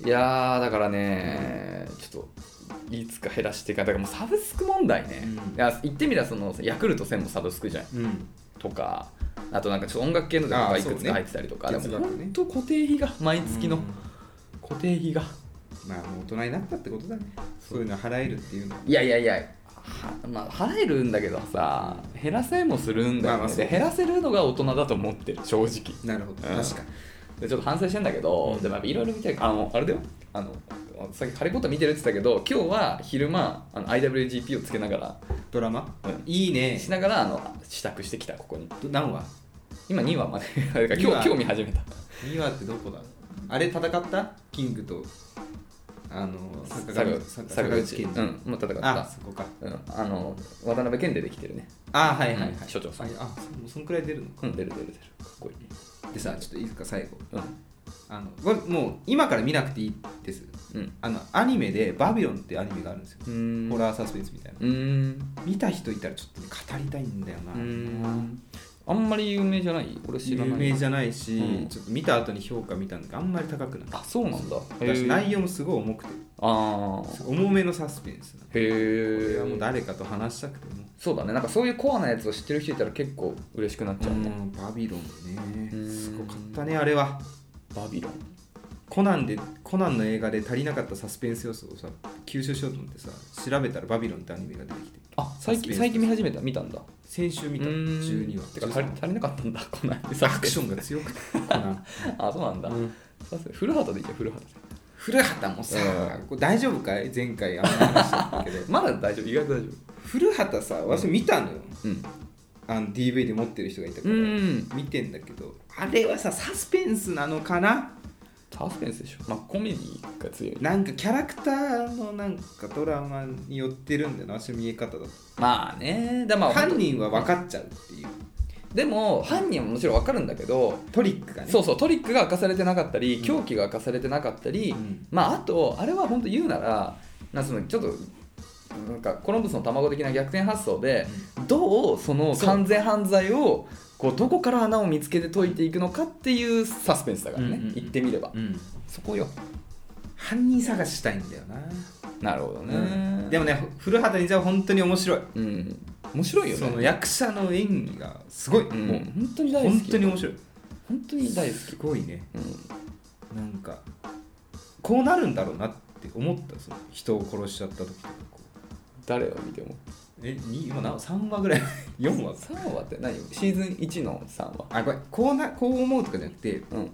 [SPEAKER 2] いやーだからねちょっといつか減らしていかだからもうサブスク問題ね、
[SPEAKER 1] うん
[SPEAKER 2] いや言ってみればそのヤクルト1000もサブスクじゃん
[SPEAKER 1] うん
[SPEAKER 2] とかあとなんかちょっと音楽系のとか
[SPEAKER 1] あ
[SPEAKER 2] が
[SPEAKER 1] ー
[SPEAKER 2] いく
[SPEAKER 1] そ
[SPEAKER 2] つ
[SPEAKER 1] うね
[SPEAKER 2] か入ってたりとか、で
[SPEAKER 1] 月
[SPEAKER 2] も
[SPEAKER 1] 額ね
[SPEAKER 2] 本当固定費が毎月の固定費が
[SPEAKER 1] まあもう大人になったってことだねそういうの払えるっていうのはい
[SPEAKER 2] やいやいやはまあ、払えるんだけどさ減らせもするんだよ、ね
[SPEAKER 1] まあまあそう
[SPEAKER 2] で減らせるのが大人だと思ってる正直
[SPEAKER 1] なるほど、
[SPEAKER 2] うん
[SPEAKER 1] 確かに
[SPEAKER 2] でちょっと反省してんだけど、
[SPEAKER 1] うん
[SPEAKER 2] でもやっぱいろいろ見てあのあれだよあのさっき「ハリー・ポッター」見てるって言ってたけど今日は昼間あの IWGP をつけなが
[SPEAKER 1] ドラマ、
[SPEAKER 2] うん
[SPEAKER 1] いい
[SPEAKER 2] ら
[SPEAKER 1] ね
[SPEAKER 2] しながらあの支度してきたここに
[SPEAKER 1] ど何話
[SPEAKER 2] 今2話まで あれか
[SPEAKER 1] 二
[SPEAKER 2] 今
[SPEAKER 1] 話
[SPEAKER 2] 日今日見始めた
[SPEAKER 1] 2話ってどこだあれ戦ったキングとあの坂上坂坂口健二、
[SPEAKER 2] うんもう戦った
[SPEAKER 1] あそこか
[SPEAKER 2] うん、あの渡辺謙でできてるね
[SPEAKER 1] あはいはいはい、
[SPEAKER 2] うん所長さん
[SPEAKER 1] ああそそんくらい出るのか
[SPEAKER 2] うん出る出る出るかっこいい
[SPEAKER 1] でさちょっといいですか最後
[SPEAKER 2] う
[SPEAKER 1] あのこれもう今から見なくていいです
[SPEAKER 2] んうん
[SPEAKER 1] あのアニメで「バビロン」ってアニメがあるんですよ、
[SPEAKER 2] うん
[SPEAKER 1] ホラーサスペンスみたいな
[SPEAKER 2] うーん
[SPEAKER 1] 見た人いたらちょっとね語りたいんだよな、
[SPEAKER 2] うーんあんまり有名じゃない俺知らない
[SPEAKER 1] 有名じゃないし、
[SPEAKER 2] うん
[SPEAKER 1] ちょっと見た後に評価見たんだけどあんまり高くなかっ
[SPEAKER 2] あそうなんだ
[SPEAKER 1] ただし内容
[SPEAKER 2] 容
[SPEAKER 1] もすごい重くて
[SPEAKER 2] ああ
[SPEAKER 1] 重めのサスペンスな
[SPEAKER 2] へ
[SPEAKER 1] これ
[SPEAKER 2] え
[SPEAKER 1] はもう誰かと話したくても
[SPEAKER 2] そうだねなんかそういうコアなやつを知ってる人いたら結構嬉しくなっちゃうね、
[SPEAKER 1] うんバビロン
[SPEAKER 2] う
[SPEAKER 1] ね
[SPEAKER 2] ん
[SPEAKER 1] すごかったねあれは
[SPEAKER 2] バビロン
[SPEAKER 1] コナンでコナンの映画で足りなかったサスペンス要素をさ吸収しようと思ってさ調べたらバビロンってアニメが出てきて
[SPEAKER 2] あ最
[SPEAKER 1] サスペ
[SPEAKER 2] 近
[SPEAKER 1] ンス
[SPEAKER 2] 最近見始めた見たんだ
[SPEAKER 1] 先週見た
[SPEAKER 2] うーん
[SPEAKER 1] 12話
[SPEAKER 2] てか足り足りなかったんだこんなにさ
[SPEAKER 1] アクションが強くてコナン
[SPEAKER 2] あそうなんだ、
[SPEAKER 1] うん
[SPEAKER 2] さすが古畑でいいじゃん古畑で
[SPEAKER 1] 古畑もさ、
[SPEAKER 2] う
[SPEAKER 1] これ大丈夫かい前回あんな話したんだけ ど
[SPEAKER 2] まだ大丈夫意外と大丈
[SPEAKER 1] 古畑さ私見たのよ
[SPEAKER 2] 夫うん
[SPEAKER 1] あの DV で持ってる人がいたから、
[SPEAKER 2] うん
[SPEAKER 1] 見てんだけどあれはさサスペンスなのかな
[SPEAKER 2] サスペンスでしょまあコメディが強い
[SPEAKER 1] なんかキャラクターのなんかドラマに寄ってるんだよな私の見え方だと、
[SPEAKER 2] まあねだまあ
[SPEAKER 1] 犯人は分かっちゃうっていう
[SPEAKER 2] でも犯人はもちろんわかるんだけど
[SPEAKER 1] トリックがね
[SPEAKER 2] そうそうトリックが明かされてなかったり
[SPEAKER 1] うん
[SPEAKER 2] 狂気が明かされてなかったり、
[SPEAKER 1] ん
[SPEAKER 2] まああとあれは本当言うならなんかそのちょっとなんかコロンブスの卵的な逆転発想でどうその
[SPEAKER 1] そう
[SPEAKER 2] 完全犯罪をこうどこから穴を見つけて解いていくのかっていうサスペンスだからね、
[SPEAKER 1] うんうんうん
[SPEAKER 2] 言ってみれば
[SPEAKER 1] うん
[SPEAKER 2] そこよ
[SPEAKER 1] 犯人探ししたいんだよな、
[SPEAKER 2] なるほどね、
[SPEAKER 1] でもね古畑にじゃあ本当に面白い
[SPEAKER 2] うん面白いよね
[SPEAKER 1] その役者の演技がすごい、
[SPEAKER 2] うん
[SPEAKER 1] もう
[SPEAKER 2] 本当に大好き
[SPEAKER 1] 本当に面白い
[SPEAKER 2] 本当に大好
[SPEAKER 1] すごいね
[SPEAKER 2] き、うん
[SPEAKER 1] なんかこうなるんだろうなって思ったその人を殺しちゃった時とかこう
[SPEAKER 2] 誰を見ても
[SPEAKER 1] えに今な3話ぐらい 4話
[SPEAKER 2] 3話って何シーズン1の3話
[SPEAKER 1] あこれこうなこう思うとかじゃなくて
[SPEAKER 2] うん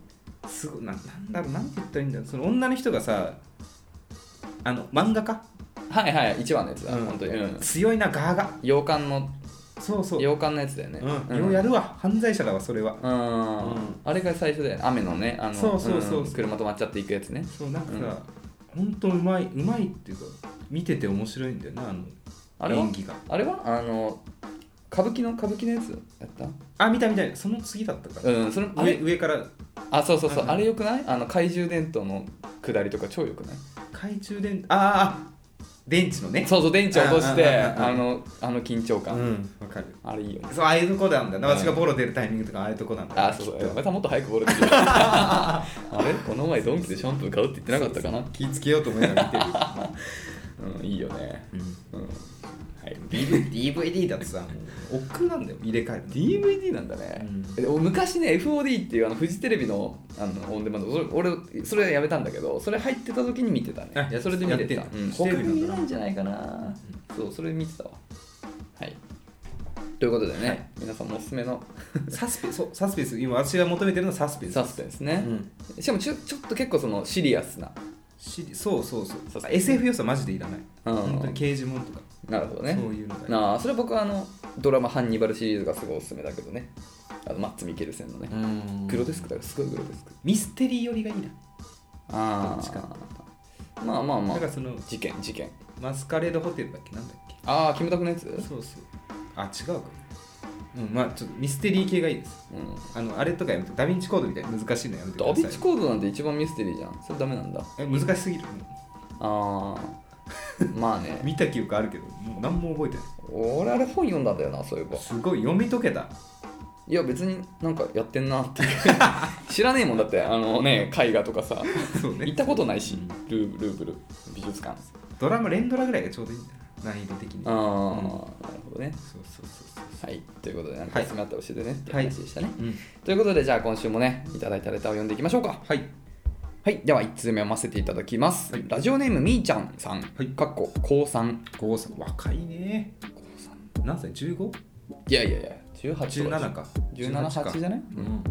[SPEAKER 1] すごいななんだろうなんて言ったらいいんだろうその女の人がさあの漫画家、
[SPEAKER 2] はいはい1話のやつだ、本当に、うん、
[SPEAKER 1] 強いなガーガ
[SPEAKER 2] 洋館の
[SPEAKER 1] そうそう
[SPEAKER 2] 洋館のやつだよね
[SPEAKER 1] うん、
[SPEAKER 2] うん
[SPEAKER 1] ようやるわ犯罪者だわそれは、
[SPEAKER 2] うん
[SPEAKER 1] うん
[SPEAKER 2] あれが最初だよね雨のねあの
[SPEAKER 1] そうそうそうそうん
[SPEAKER 2] 車止まっちゃっていくやつね
[SPEAKER 1] そうなんかさ、本当うまいうまいっていうか見てて面白いんだよなあの
[SPEAKER 2] あれは
[SPEAKER 1] 演技が
[SPEAKER 2] あれはあの歌舞伎の歌舞伎のやつやった
[SPEAKER 1] あ見た見たその次だったか、
[SPEAKER 2] うんそれあ
[SPEAKER 1] 上
[SPEAKER 2] れ
[SPEAKER 1] 上から
[SPEAKER 2] あそうそうそう
[SPEAKER 1] うん
[SPEAKER 2] あれよくないあの懐中電灯の下りとか超よくない
[SPEAKER 1] 懐中電ああ電池のね
[SPEAKER 2] そうそう電池落として
[SPEAKER 1] うんうんうんうん
[SPEAKER 2] あのあの緊張感、
[SPEAKER 1] んわかる
[SPEAKER 2] あれいいよね
[SPEAKER 1] そうああいうとこなんだな、
[SPEAKER 2] うん
[SPEAKER 1] 私がボロ出るタイミングとかああいうとこなんだな
[SPEAKER 2] あそうそう
[SPEAKER 1] きっと
[SPEAKER 2] またもっと早くボール出 てくるあれこの前ドンキでシャンプー買うって言ってなかったかな
[SPEAKER 1] 気ぃつけようと思いながら見てる、
[SPEAKER 2] うんいいよね
[SPEAKER 1] うん
[SPEAKER 2] うんはい
[SPEAKER 1] DV DVD だとさもう億劫なんだよ入れ替えるの
[SPEAKER 2] DVD なんだね、
[SPEAKER 1] う
[SPEAKER 2] でも昔ね FOD っていうあのフジテレビのあのオンデマンドそれ俺それやめたんだけどそれ入ってた時に見てたね
[SPEAKER 1] あ
[SPEAKER 2] いやそれで見てた
[SPEAKER 1] やってんの
[SPEAKER 2] うん
[SPEAKER 1] フジテレビなんだな
[SPEAKER 2] 国民なんじゃないかな、そうそれ見てたわはいということでね、
[SPEAKER 1] はい
[SPEAKER 2] 皆さんもおすす めの
[SPEAKER 1] サスペンスそうサスペンス今私が求めてるのはサスペンス
[SPEAKER 2] サスペンスね、
[SPEAKER 1] うん
[SPEAKER 2] しかもちょちょっと結構そのシリアスな、
[SPEAKER 1] しそうそうそう
[SPEAKER 2] サスペンス
[SPEAKER 1] SF 要素はマジでいらない、
[SPEAKER 2] うん
[SPEAKER 1] 本当に刑事もんとか、
[SPEAKER 2] なるほどね
[SPEAKER 1] そういうのが
[SPEAKER 2] なあそれ僕はあのドラマ「ハンニバル」シリーズがすごいおすすめだけどねあのマッツ・ミケルセンのね、
[SPEAKER 1] うん
[SPEAKER 2] グロデスクだからすごいグロデスク
[SPEAKER 1] ミステリー寄りがいいな
[SPEAKER 2] あ
[SPEAKER 1] どっちか
[SPEAKER 2] まあまあまあ
[SPEAKER 1] だからその
[SPEAKER 2] 事件事件
[SPEAKER 1] マスカレードホテルだっけなんだっけ
[SPEAKER 2] ああキムタクのやつう
[SPEAKER 1] そうそうあ違うかうんまあちょっとミステリー系がいいです
[SPEAKER 2] ん
[SPEAKER 1] あのあれとかやめてダヴィンチコードみたいな難しいのやめてくださ
[SPEAKER 2] ダ
[SPEAKER 1] い
[SPEAKER 2] ビッチコードなんて一番ミステリーじゃんそれダメなんだ
[SPEAKER 1] え難しすぎる
[SPEAKER 2] ああ まあね
[SPEAKER 1] 見た記憶あるけどもう何も覚えてない
[SPEAKER 2] 俺あれ本読んだんだよなそういえば
[SPEAKER 1] すごい読み解けた
[SPEAKER 2] いや別になんかやってんなって知らねえもんだってあのね絵画とかさ
[SPEAKER 1] そう ね
[SPEAKER 2] 行ったことないし
[SPEAKER 1] うん
[SPEAKER 2] ルールーブル美術館
[SPEAKER 1] ドラマ連ドラぐらいがちょうどいいんだよ難易度的に
[SPEAKER 2] ああ、なるほどね
[SPEAKER 1] そうそうそうそう
[SPEAKER 2] はいということで何かおすすめあったら教えてねって
[SPEAKER 1] はい
[SPEAKER 2] 話でしたね、
[SPEAKER 1] うん
[SPEAKER 2] ということでじゃあ今週もねいただいたレターを読んでいきましょうか
[SPEAKER 1] はい
[SPEAKER 2] はい、では1通目読ませていただきます。
[SPEAKER 1] はい
[SPEAKER 2] ラジオネームみーちゃんさん、
[SPEAKER 1] い
[SPEAKER 2] かっこ高三。
[SPEAKER 1] 郷さん若いね何歳 15?17
[SPEAKER 2] いやいやいや、十八とか。
[SPEAKER 1] か
[SPEAKER 2] 十七八じゃない？
[SPEAKER 1] う
[SPEAKER 2] うん
[SPEAKER 1] ん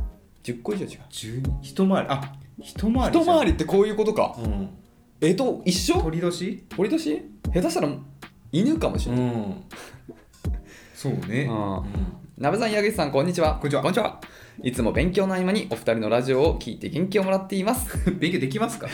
[SPEAKER 2] 十個以上違う。
[SPEAKER 1] 12一回りあ一回り
[SPEAKER 2] 一回
[SPEAKER 1] り
[SPEAKER 2] りってこういうことか。
[SPEAKER 1] うん
[SPEAKER 2] えっと一緒？
[SPEAKER 1] 鳥年
[SPEAKER 2] 鳥年？下手したら犬かもしれない。
[SPEAKER 1] ん。そうね。
[SPEAKER 2] うん
[SPEAKER 1] ん
[SPEAKER 2] なべさん、矢口さん、こんにちは。
[SPEAKER 1] こんにちは
[SPEAKER 2] いつも勉強の合間にお二人のラジオを聞いて元気をもらっています。
[SPEAKER 1] 勉強できますか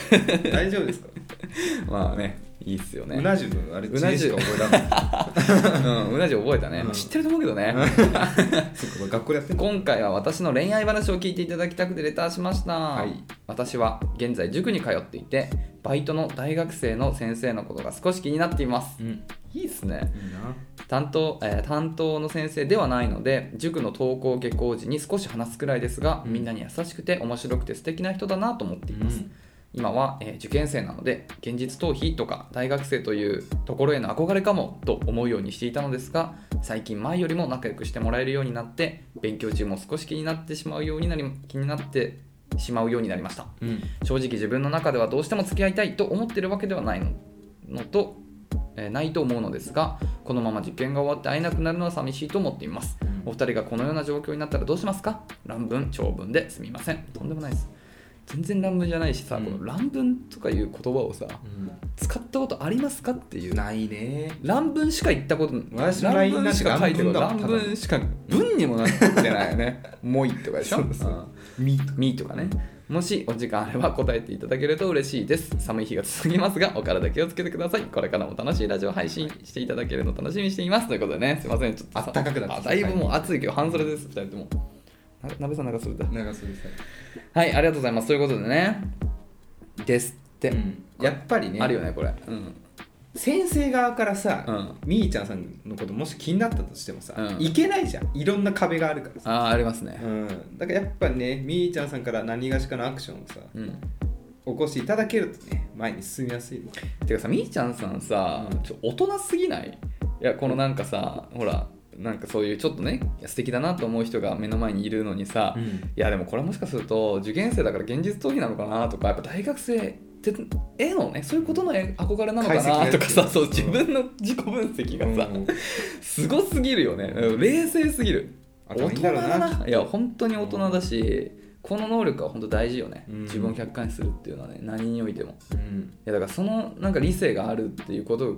[SPEAKER 1] 大丈夫ですか、
[SPEAKER 2] まあね、いいっすよね。
[SPEAKER 1] うな重のあれ、
[SPEAKER 2] うな重
[SPEAKER 1] 知恵しか覚えられない。
[SPEAKER 2] うん、うなじ覚えたね。
[SPEAKER 1] うん
[SPEAKER 2] まあ知ってると思うけどね。
[SPEAKER 1] そっか、これ学校でやってんの
[SPEAKER 2] 今回は私の恋愛話を聞いていただきたくてレターしました、
[SPEAKER 1] い
[SPEAKER 2] 私は現在塾に通っていてバイトの大学生の先生のことが少し気になっています
[SPEAKER 1] うん。い
[SPEAKER 2] いいっすね
[SPEAKER 1] いな。
[SPEAKER 2] 担当,、えー担当の先生ではないので塾の登校下校時に少し話すくらいですが、みんなに優しくて面白くて素敵な人だなと思っています、
[SPEAKER 1] うん
[SPEAKER 2] 今は、えー受験生なので現実逃避とか大学生というところへの憧れかもと思うようにしていたのですが最近前よりも仲良くしてもらえるようになって勉強中も少し気になってしまうようになり気になってしまうようになりました
[SPEAKER 1] うん。
[SPEAKER 2] 正直自分の中ではどうしても付き合いたいと思ってるわけではないののと、えーないと思うのですがこのまま受験が終わって会えなくなるのは寂しいと思っていますお二人がこのような状況になったらどうしますか乱文長文ですみませんとんでもないです全然乱文じゃないしさ、
[SPEAKER 1] うん
[SPEAKER 2] この乱文とかいう言葉をさ使ったことありますかっていう
[SPEAKER 1] ないね。
[SPEAKER 2] 乱文しか言ったこと
[SPEAKER 1] 私の
[SPEAKER 2] 乱
[SPEAKER 1] LINE
[SPEAKER 2] 文しか書いてる
[SPEAKER 1] なん
[SPEAKER 2] 乱
[SPEAKER 1] て乱文だもん
[SPEAKER 2] 文しか文にもなってないよね「もい」とかでしょ
[SPEAKER 1] そうそう
[SPEAKER 2] うん
[SPEAKER 1] ミート。
[SPEAKER 2] ミーとかねもしお時間あれば答えていただけると嬉しいです寒い日が続きますがお体気をつけてくださいこれからも楽しいラジオ配信していただけるの楽しみにしていますということでねすいませんちょっとさ
[SPEAKER 1] あったかくなってきた
[SPEAKER 2] あだいぶもう暑いけど半袖です2人ともななべさんなんかするだ
[SPEAKER 1] 長袖さ。
[SPEAKER 2] はいありがとうございますということでねですって、
[SPEAKER 1] うんやっぱりね、
[SPEAKER 2] あるよねこれうん
[SPEAKER 1] 先生側からさ、
[SPEAKER 2] うん
[SPEAKER 1] みーちゃんさんのこともし気になったとしてもさ、
[SPEAKER 2] うん
[SPEAKER 1] いけないじゃん。いろんな壁があるからさ。
[SPEAKER 2] ああありますね
[SPEAKER 1] うん、だからやっぱねみーちゃんさんから何がしかのアクションをさ
[SPEAKER 2] うん
[SPEAKER 1] 起こしていただけるとね前に進みやすいの
[SPEAKER 2] てかさみーちゃんさんさ
[SPEAKER 1] うん
[SPEAKER 2] ちょ大人すぎないいやこのなんかさほらなんかそういうちょっとねいや素敵だなと思う人が目の前にいるのにさ、いやでもこれはもしかすると受験生だから現実逃避なのかなとかやっぱ大学生って絵のねそういうことの憧れなのか
[SPEAKER 1] 解析
[SPEAKER 2] な
[SPEAKER 1] が
[SPEAKER 2] とかさ
[SPEAKER 1] うん
[SPEAKER 2] そう自分の自己分析がさ、
[SPEAKER 1] うん
[SPEAKER 2] すごすぎるよねうん冷静すぎる大
[SPEAKER 1] 頭いいん
[SPEAKER 2] 人
[SPEAKER 1] だ
[SPEAKER 2] だ
[SPEAKER 1] ろうな
[SPEAKER 2] ないや本当に大人だし、この能力は本当大事よね、
[SPEAKER 1] うん
[SPEAKER 2] 自分を客観視するっていうのはね何においても
[SPEAKER 1] うん
[SPEAKER 2] いやだからそのなんか理性があるっていうこと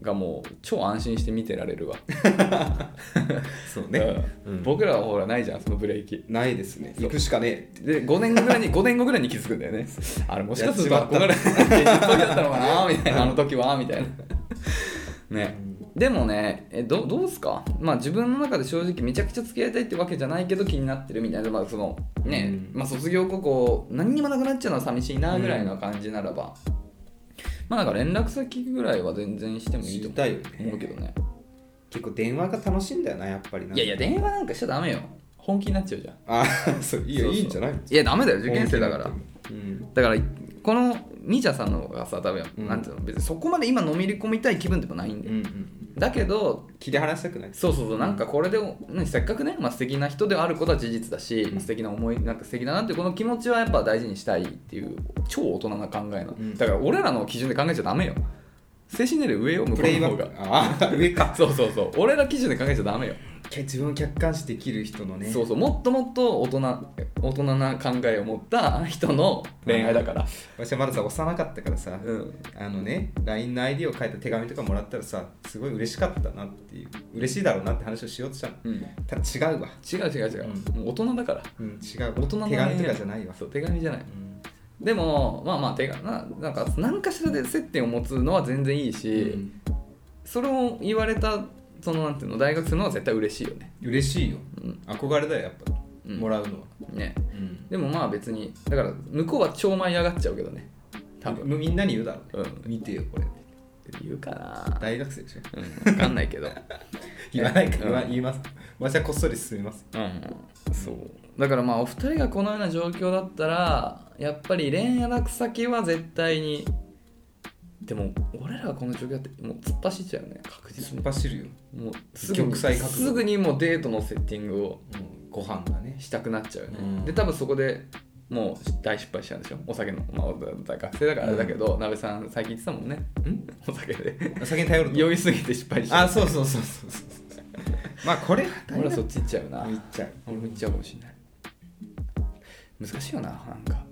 [SPEAKER 2] がもう超安心して見てられるわ、
[SPEAKER 1] そうね、
[SPEAKER 2] う
[SPEAKER 1] うんん
[SPEAKER 2] 僕らはほらないじゃんそのブレーキ
[SPEAKER 1] ないですね
[SPEAKER 2] そう
[SPEAKER 1] 行くしかね
[SPEAKER 2] で5年後ぐらいに5年後ぐらいに気づくん だよねあれもしかすると
[SPEAKER 1] やっちまった
[SPEAKER 2] 憧れ現実逃避だったのかなみたいなあの時はみたいな
[SPEAKER 1] え
[SPEAKER 2] ねでもねえどどうっすかまあ自分の中で正直めちゃくちゃ付き合いたいってわけじゃないけど気になってるみたいなまあそのね、
[SPEAKER 1] うん
[SPEAKER 2] まあ卒業後こう何にもなくなっちゃうのは寂しいなぐらいの感じならば、まあなんか連絡先ぐらいは全然してもいいと
[SPEAKER 1] 知りたいよね
[SPEAKER 2] 思うけどね
[SPEAKER 1] 結構電話が楽しいんだよなやっぱりない
[SPEAKER 2] やいや電話なんかしちゃダメよ本気になっちゃうじゃん
[SPEAKER 1] あーそういいよ
[SPEAKER 2] そうそう
[SPEAKER 1] いいんじゃない
[SPEAKER 2] いやダメだよ受験生だから
[SPEAKER 1] うん
[SPEAKER 2] だからこのみーちゃんさんの方がさ多分、
[SPEAKER 1] うん
[SPEAKER 2] なんていうの別にそこまで今のめり込みたい気分でもないん
[SPEAKER 1] う
[SPEAKER 2] で、
[SPEAKER 1] んうん
[SPEAKER 2] だけど
[SPEAKER 1] 切り離したくない
[SPEAKER 2] そうそうそうなんかこれで、ね、せっかくね、まあ、素敵な人であることは事実だし、
[SPEAKER 1] うん
[SPEAKER 2] 素敵な思いなんか素敵だなっていうこの気持ちはやっぱ大事にしたいっていう超大人な考えなの、
[SPEAKER 1] うん
[SPEAKER 2] だから俺らの基準で考えちゃダメよ精神年齢上よ向こ
[SPEAKER 1] プレ
[SPEAKER 2] う
[SPEAKER 1] イ
[SPEAKER 2] の
[SPEAKER 1] バ
[SPEAKER 2] 方
[SPEAKER 1] ッ
[SPEAKER 2] が
[SPEAKER 1] クああ上か
[SPEAKER 2] そうそうそう俺ら基準で考えちゃダメよ、
[SPEAKER 1] 自分を客観視できる人のね
[SPEAKER 2] そうそうもっともっと大人大人な考えを持った人の恋愛だから、
[SPEAKER 1] 私はまださ幼かったからさ、
[SPEAKER 2] うん、
[SPEAKER 1] あのね LINE の ID を書いた手紙とかもらったらさすごい嬉しかったなっていう嬉しいだろうなって話をしようとしたの
[SPEAKER 2] うん
[SPEAKER 1] ただ違うわ
[SPEAKER 2] 違う違う違う、
[SPEAKER 1] う
[SPEAKER 2] もう大人だから
[SPEAKER 1] うん違う
[SPEAKER 2] 大人の
[SPEAKER 1] 手
[SPEAKER 2] 恋愛
[SPEAKER 1] 紙とかじゃないわ
[SPEAKER 2] そう手紙じゃない
[SPEAKER 1] うん
[SPEAKER 2] でもまあまあ手がななんか何かしらで接点を持つのは全然いいし、
[SPEAKER 1] うん
[SPEAKER 2] それを言われたそのなんていうの大学生の方が絶対嬉しいよね
[SPEAKER 1] 嬉しいよ
[SPEAKER 2] うん
[SPEAKER 1] 憧れだよやっぱ、
[SPEAKER 2] うん
[SPEAKER 1] もらうのは、
[SPEAKER 2] ね
[SPEAKER 1] うん、
[SPEAKER 2] でもまあ別にだから向こうは超舞い上がっちゃうけどね多分
[SPEAKER 1] みみんなに言うだろう、ね
[SPEAKER 2] う
[SPEAKER 1] 見てよこれ
[SPEAKER 2] 言うかな
[SPEAKER 1] 大学生でしょ
[SPEAKER 2] うん分かんないけど
[SPEAKER 1] 言わないか
[SPEAKER 2] うん
[SPEAKER 1] ら言わ言います私はこっそり進めます
[SPEAKER 2] うんそうだからまあお二人がこのような状況だったらやっぱり恋愛落先は絶対にでも俺らがこの状況だってもう突っ走っちゃうよね確実
[SPEAKER 1] 突
[SPEAKER 2] に
[SPEAKER 1] っ走るよ、
[SPEAKER 2] もうすぐ
[SPEAKER 1] 玉砕覚悟
[SPEAKER 2] すぐにもうデートのセッティングを
[SPEAKER 1] うん、ご飯がね
[SPEAKER 2] したくなっちゃうよね、
[SPEAKER 1] うん
[SPEAKER 2] で多分そこでもう大失敗しちゃうんでしょお酒の、まあ、学生だからあれだけど、鍋さん最近言ってたもんね
[SPEAKER 1] ん
[SPEAKER 2] お酒で
[SPEAKER 1] お酒に頼ると
[SPEAKER 2] 酔いすぎて失敗しちゃ
[SPEAKER 1] あ
[SPEAKER 2] う
[SPEAKER 1] そうそうそうそうそうまあこれは大
[SPEAKER 2] 俺
[SPEAKER 1] 学
[SPEAKER 2] はそっち行っちゃうな
[SPEAKER 1] 行っちゃう
[SPEAKER 2] 俺も行っちゃうかもしれない難しいよななんか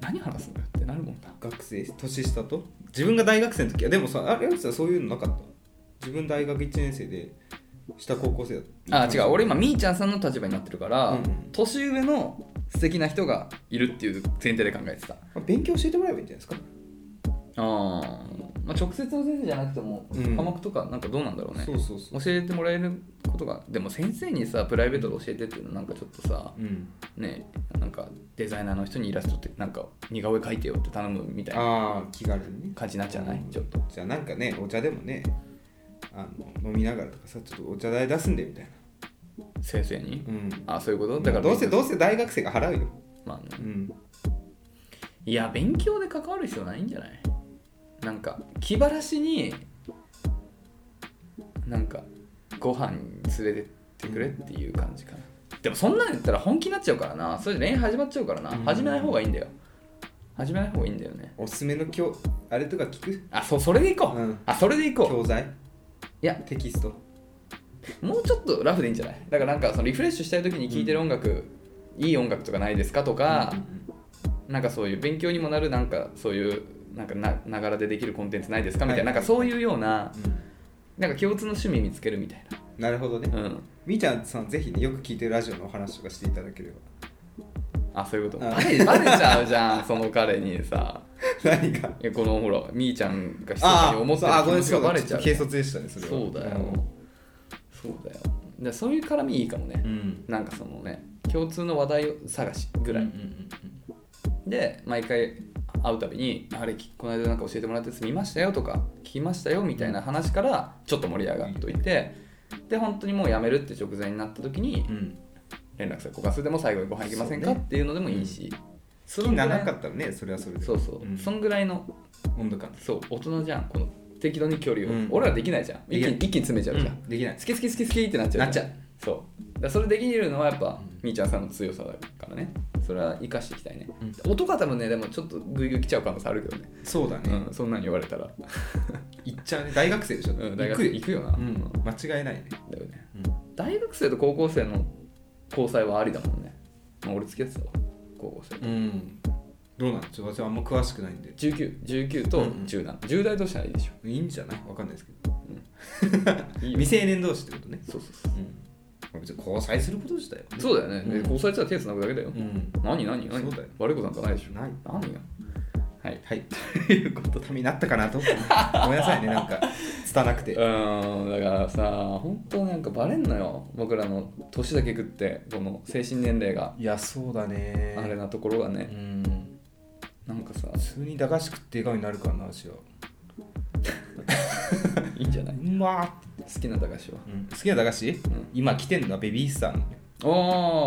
[SPEAKER 2] 何話すんだよってなるもんな
[SPEAKER 1] 学生年下と自分が大学生の時はでもさあれさそういうのなかった自分大学1年生で下高校生だった
[SPEAKER 2] あ違う俺今みーちゃんさんの立場になってるから、
[SPEAKER 1] うんうん
[SPEAKER 2] 年上の素敵な人がいるっていう前提で考えてた
[SPEAKER 1] まあ勉強教えてもらえばいいんじゃないですか
[SPEAKER 2] あー、まあ、直接の先生じゃなくても
[SPEAKER 1] うん
[SPEAKER 2] 科目とかなんかどうなんだろうね、
[SPEAKER 1] そうそうそう
[SPEAKER 2] 教えてもらえることがでも先生にさプライベートで教えてっていうのなんかちょっとさ
[SPEAKER 1] うん
[SPEAKER 2] ねなんかデザイナーの人にイラストってなんか似顔絵描いてよって頼むみたいな
[SPEAKER 1] ああ気軽にね
[SPEAKER 2] 感じになっちゃないちょっと
[SPEAKER 1] じゃあなんかねお茶でもねあの飲みながらとかさちょっとお茶代出すんでみたいな
[SPEAKER 2] 先生に、
[SPEAKER 1] うん
[SPEAKER 2] あそういうことだから
[SPEAKER 1] どうせどうせ大学生が払うよ
[SPEAKER 2] まあね
[SPEAKER 1] うん
[SPEAKER 2] いや勉強で関わる必要ないんじゃないなんか気晴らしになんかご飯に連れてってくれっていう感じかなでもそんなんやったら本気になっちゃうからなそれで恋愛始まっちゃうからな
[SPEAKER 1] うん
[SPEAKER 2] 始めない方がいいんだよ始めない方がいいんだよね
[SPEAKER 1] おすすめの教あれとか聞く
[SPEAKER 2] あそそれでいこう、
[SPEAKER 1] うん
[SPEAKER 2] あそれでいこ
[SPEAKER 1] 教材
[SPEAKER 2] いや
[SPEAKER 1] テキスト
[SPEAKER 2] うもうちょっとラフでいいんじゃないだからなんかそのリフレッシュしたい時に聴いてる音楽、いい音楽とかないですかとか、なんかそういう勉強にもなるなんかそういうなんかなながらでできるコンテンツないですかみたいな,、
[SPEAKER 1] はい
[SPEAKER 2] なんかそういうような
[SPEAKER 1] うんうん
[SPEAKER 2] なんか共通の趣味見つけるみたい
[SPEAKER 1] なるほどね
[SPEAKER 2] なうん
[SPEAKER 1] みーちゃんさんぜひねよく聞いてるラジオのお話とかしていただけ れば
[SPEAKER 2] あそういうこと
[SPEAKER 1] あ
[SPEAKER 2] バレバレちゃうじゃんその彼にさ
[SPEAKER 1] 何が
[SPEAKER 2] いやこのほらみーちゃんがひそかに思ってる
[SPEAKER 1] あー
[SPEAKER 2] 気持ちがバレちゃう
[SPEAKER 1] 軽率でしたねそれは
[SPEAKER 2] そうだよ、そうだよでそういう絡みいいかもね
[SPEAKER 1] う、ん
[SPEAKER 2] なんかそのね共通の話題を探しぐらい、
[SPEAKER 1] うんうん
[SPEAKER 2] で毎回会うたびに「あれきこの間なんか教えてもらったやつ見ましたよ」とか「聞きましたよ」みたいな話からちょっと盛り上がっといてで本当にもうやめるって直前になった時に
[SPEAKER 1] うんうん
[SPEAKER 2] 連絡先交換するでも最後にご飯行きませんか
[SPEAKER 1] そう
[SPEAKER 2] っ
[SPEAKER 1] ね
[SPEAKER 2] ていうのでもいいし
[SPEAKER 1] 好きにならなかったらねそれはそれで
[SPEAKER 2] そうそう、
[SPEAKER 1] うん
[SPEAKER 2] そんぐらいの
[SPEAKER 1] 温度感
[SPEAKER 2] そう大人じゃんこの適度に距離を、
[SPEAKER 1] うん
[SPEAKER 2] 俺らできないじゃん一気
[SPEAKER 1] できない
[SPEAKER 2] に一気に詰めちゃうじゃん、
[SPEAKER 1] できない
[SPEAKER 2] 好き好き好き好きってなっちゃうじゃん
[SPEAKER 1] なっちゃう
[SPEAKER 2] そうだからそれできるのはやっぱ、
[SPEAKER 1] うん
[SPEAKER 2] みーちゃんさんの強さだからねそれは生かしていきたいね、
[SPEAKER 1] う
[SPEAKER 2] 男は多分ねでもちょっとグイグイ来ちゃう可能性あるけどね
[SPEAKER 1] そうだね
[SPEAKER 2] うん、そんなん言われたら、
[SPEAKER 1] 行っちゃうね大学生でしょ
[SPEAKER 2] うん、
[SPEAKER 1] 行
[SPEAKER 2] 大学
[SPEAKER 1] く
[SPEAKER 2] 行
[SPEAKER 1] よ
[SPEAKER 2] くよな、
[SPEAKER 1] うん間違いないね
[SPEAKER 2] だよね
[SPEAKER 1] うん
[SPEAKER 2] 大学生と高校生の交際はありだもんね、まあ、俺付き合ってたわ高校生
[SPEAKER 1] うんどうなんちょっと私はあんま詳しくないんで
[SPEAKER 2] 1919と
[SPEAKER 1] うんうん
[SPEAKER 2] 17、10代同士ならいいでしょ
[SPEAKER 1] いいんじゃないわかんないですけど
[SPEAKER 2] いいよ
[SPEAKER 1] 未成年同士ってことね
[SPEAKER 2] そうそうそう
[SPEAKER 1] うん別に交際すること自体は
[SPEAKER 2] そうだよね、
[SPEAKER 1] うん
[SPEAKER 2] 交際したら手つなぐだけだよ、
[SPEAKER 1] うん
[SPEAKER 2] 何何何
[SPEAKER 1] そうだよ
[SPEAKER 2] 悪いことなんかないでしょ
[SPEAKER 1] ない
[SPEAKER 2] 何がははい
[SPEAKER 1] はい、ということためになったかなとごめんなさいねなんか拙くて
[SPEAKER 2] うーんだからさ本当なんかバレんのよ僕らの年だけ食ってこの精神年齢が
[SPEAKER 1] いやそうだね
[SPEAKER 2] あれなところが
[SPEAKER 1] う
[SPEAKER 2] ね
[SPEAKER 1] ん
[SPEAKER 2] なんかさ
[SPEAKER 1] 普通に駄菓子食って笑顔になるからな私はい
[SPEAKER 2] いんじゃないう
[SPEAKER 1] まっ、
[SPEAKER 2] 好きな駄菓子は
[SPEAKER 1] うん、好きな駄菓子、
[SPEAKER 2] ん
[SPEAKER 1] 今来てんのはベビースターの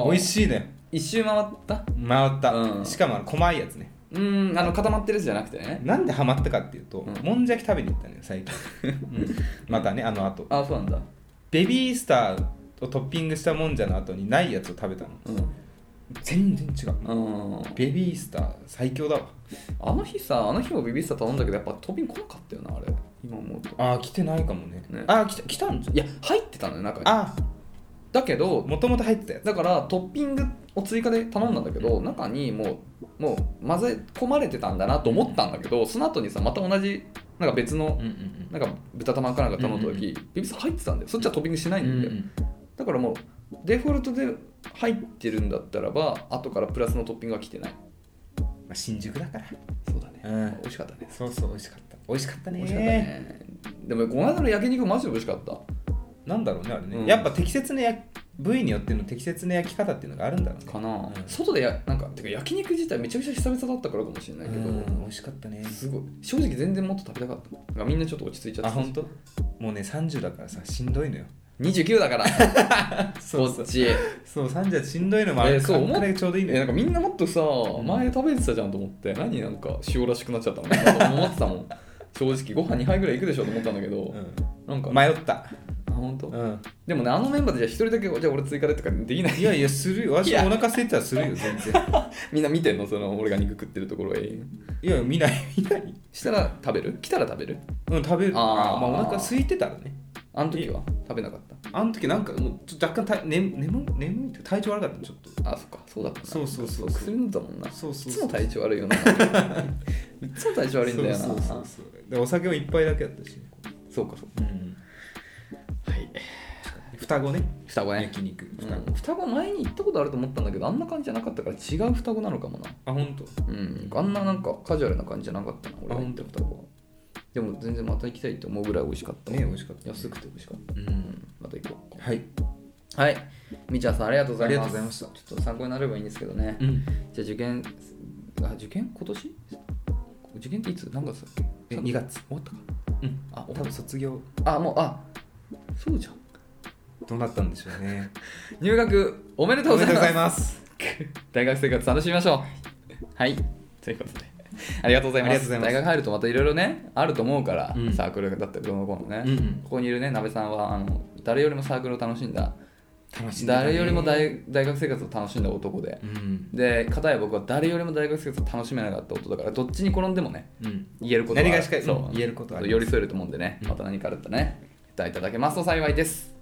[SPEAKER 2] おお
[SPEAKER 1] 美味しいのよ
[SPEAKER 2] 一周回った
[SPEAKER 1] 回った、
[SPEAKER 2] うん
[SPEAKER 1] しかもあの細いやつね
[SPEAKER 2] うーんあの固まってるやつじゃなくてね
[SPEAKER 1] なんでハマったかっていうと、
[SPEAKER 2] うん
[SPEAKER 1] もんじゃき食べに行ったのよ最 近、うんまたねあのあと
[SPEAKER 2] あそうなんだ
[SPEAKER 1] ベビースターをトッピングしたもんじゃの後にないやつを食べたの
[SPEAKER 2] う
[SPEAKER 1] 全然違うん
[SPEAKER 2] うん
[SPEAKER 1] ベビースター最強だわ
[SPEAKER 2] あの日さあの日もビビスタ頼んだけどやっぱトッピング来なかったよなあれ今思うと
[SPEAKER 1] ああ来てないかもね
[SPEAKER 2] ね
[SPEAKER 1] ああ来た来たんじゃ
[SPEAKER 2] いや入ってたのよ中に
[SPEAKER 1] あ
[SPEAKER 2] だけど
[SPEAKER 1] もともと入ってたやつ
[SPEAKER 2] だからトッピングを追加で頼んだんだけど中にもうもう混ぜ込まれてたんだなと思ったんだけどその後にさまた同じなんか別の
[SPEAKER 1] んうん
[SPEAKER 2] なんか豚玉かなんか頼んだ
[SPEAKER 1] うんうん
[SPEAKER 2] 時ビビスタ入ってたんだよそっちはトッピングしない
[SPEAKER 1] うん
[SPEAKER 2] だよ
[SPEAKER 1] ん
[SPEAKER 2] だからもうデフォルトで入ってるんだったらば後からプラスのトッピングは来てない
[SPEAKER 1] まあ、新宿だから
[SPEAKER 2] そうだね、
[SPEAKER 1] うん
[SPEAKER 2] 美味しかったね
[SPEAKER 1] そうそう美味しかった美味しかったね
[SPEAKER 2] 美味しかったねでもこの間の焼肉マジで美味しかった
[SPEAKER 1] なんだろうねあれね、
[SPEAKER 2] うん
[SPEAKER 1] やっぱ適切なや部位によっての適切な焼き方っていうのがあるんだろうね
[SPEAKER 2] かな、
[SPEAKER 1] うん
[SPEAKER 2] 外でやなんかてか焼肉自体めちゃくちゃ久々だったからかもしれないけど、
[SPEAKER 1] うん美味しかったね
[SPEAKER 2] すごい正直全然もっと食べたかっただからみんなちょっと落ち着いちゃ
[SPEAKER 1] あ
[SPEAKER 2] ってた
[SPEAKER 1] 本当もうね30だからさしんどいのよ
[SPEAKER 2] 29だから
[SPEAKER 1] そ
[SPEAKER 2] こ
[SPEAKER 1] うそ
[SPEAKER 2] っ
[SPEAKER 1] う
[SPEAKER 2] ち
[SPEAKER 1] そう30はしんどいのもある、
[SPEAKER 2] えーそう
[SPEAKER 1] あんくらいちょうどいいの
[SPEAKER 2] えなん
[SPEAKER 1] よ
[SPEAKER 2] かみんなもっとさ
[SPEAKER 1] ん
[SPEAKER 2] 前食べてたじゃんと思って何なんか塩らしくなっちゃったのなんか思ってた もん正直ご飯2杯ぐらいいくでしょと思ったんだけど、なん
[SPEAKER 1] う
[SPEAKER 2] か
[SPEAKER 1] ん、迷った、
[SPEAKER 2] あ本当、
[SPEAKER 1] うん、
[SPEAKER 2] でもねあのメンバーでじゃあ一人だけじゃあ俺追加でとかできない
[SPEAKER 1] いやいやするよ私
[SPEAKER 2] い
[SPEAKER 1] お
[SPEAKER 2] や
[SPEAKER 1] 腹空いてたらするよ全然
[SPEAKER 2] みんな見てんのその俺が肉食ってるところへ
[SPEAKER 1] いや見ない見ない
[SPEAKER 2] したら食べる来たら食べる
[SPEAKER 1] うん食べる
[SPEAKER 2] あー
[SPEAKER 1] まあお腹空いてたらね
[SPEAKER 2] あの時は食べなかった
[SPEAKER 1] あの時なんかもうちょっと若干た、ね、眠眠いって体調悪かったのちょっと
[SPEAKER 2] あそっかそうだったな
[SPEAKER 1] そうそうそう
[SPEAKER 2] 薬飲んだもんな
[SPEAKER 1] そうそうそう
[SPEAKER 2] いつも体調悪 いよないつも体調悪いんだよな
[SPEAKER 1] そうそうそうそうでお酒も一杯だけだったしね
[SPEAKER 2] そうかそう
[SPEAKER 1] うん
[SPEAKER 2] かはい
[SPEAKER 1] 双子ね
[SPEAKER 2] 双子ね
[SPEAKER 1] 焼肉双子、
[SPEAKER 2] うん双子前に行ったことあると思ったんだけどあんな感じじゃなかったから違う双子なのかもな
[SPEAKER 1] あ本当
[SPEAKER 2] うんあんななんかカジュアルな感じじゃなかったな俺が
[SPEAKER 1] あ
[SPEAKER 2] 行
[SPEAKER 1] ほ
[SPEAKER 2] っ
[SPEAKER 1] ん
[SPEAKER 2] た
[SPEAKER 1] と
[SPEAKER 2] 双子はでも全然また行きたいって思うぐらい美味しかった
[SPEAKER 1] ね美味しかった
[SPEAKER 2] 安くて美味しかった
[SPEAKER 1] う
[SPEAKER 2] うんんまた行こう
[SPEAKER 1] はい
[SPEAKER 2] はいみーちゃんさんありがとうござ
[SPEAKER 1] あ
[SPEAKER 2] います
[SPEAKER 1] りがとうございました
[SPEAKER 2] ちょっと参考になればいいんですけどね
[SPEAKER 1] うん
[SPEAKER 2] じゃあ受験あ受験今年受験っていつ何月だっけ
[SPEAKER 1] え2月
[SPEAKER 2] 終わったか
[SPEAKER 1] うん
[SPEAKER 2] あ
[SPEAKER 1] 多分卒業
[SPEAKER 2] あもうあそうじゃん
[SPEAKER 1] どうなったんでしょう ね
[SPEAKER 2] 入学おめでとう
[SPEAKER 1] お
[SPEAKER 2] ご
[SPEAKER 1] め
[SPEAKER 2] ざ
[SPEAKER 1] で
[SPEAKER 2] い
[SPEAKER 1] とうござ
[SPEAKER 2] ま
[SPEAKER 1] い
[SPEAKER 2] す
[SPEAKER 1] ます
[SPEAKER 2] 大学生活楽しみましょうはいということでありがとうございます
[SPEAKER 1] ありがとうございます
[SPEAKER 2] 大学入るとまたいろいろねあると思うから、
[SPEAKER 1] うん
[SPEAKER 2] サークルだったりどうのこうのね、
[SPEAKER 1] うんうん
[SPEAKER 2] ここにいるねなべさんはあの誰よりもサークルを楽しんだ
[SPEAKER 1] 楽しんでたね
[SPEAKER 2] 誰よりも大大学生活を楽しんだ男で
[SPEAKER 1] うん
[SPEAKER 2] で片や僕は誰よりも大学生活を楽しめなかった男だからどっちに転んでもね
[SPEAKER 1] うん
[SPEAKER 2] 言えることは
[SPEAKER 1] 何がしか
[SPEAKER 2] そう
[SPEAKER 1] 言えることはあり
[SPEAKER 2] 寄
[SPEAKER 1] ま
[SPEAKER 2] り添えると思うんでねまた何かあるとねいただいただけますと幸いです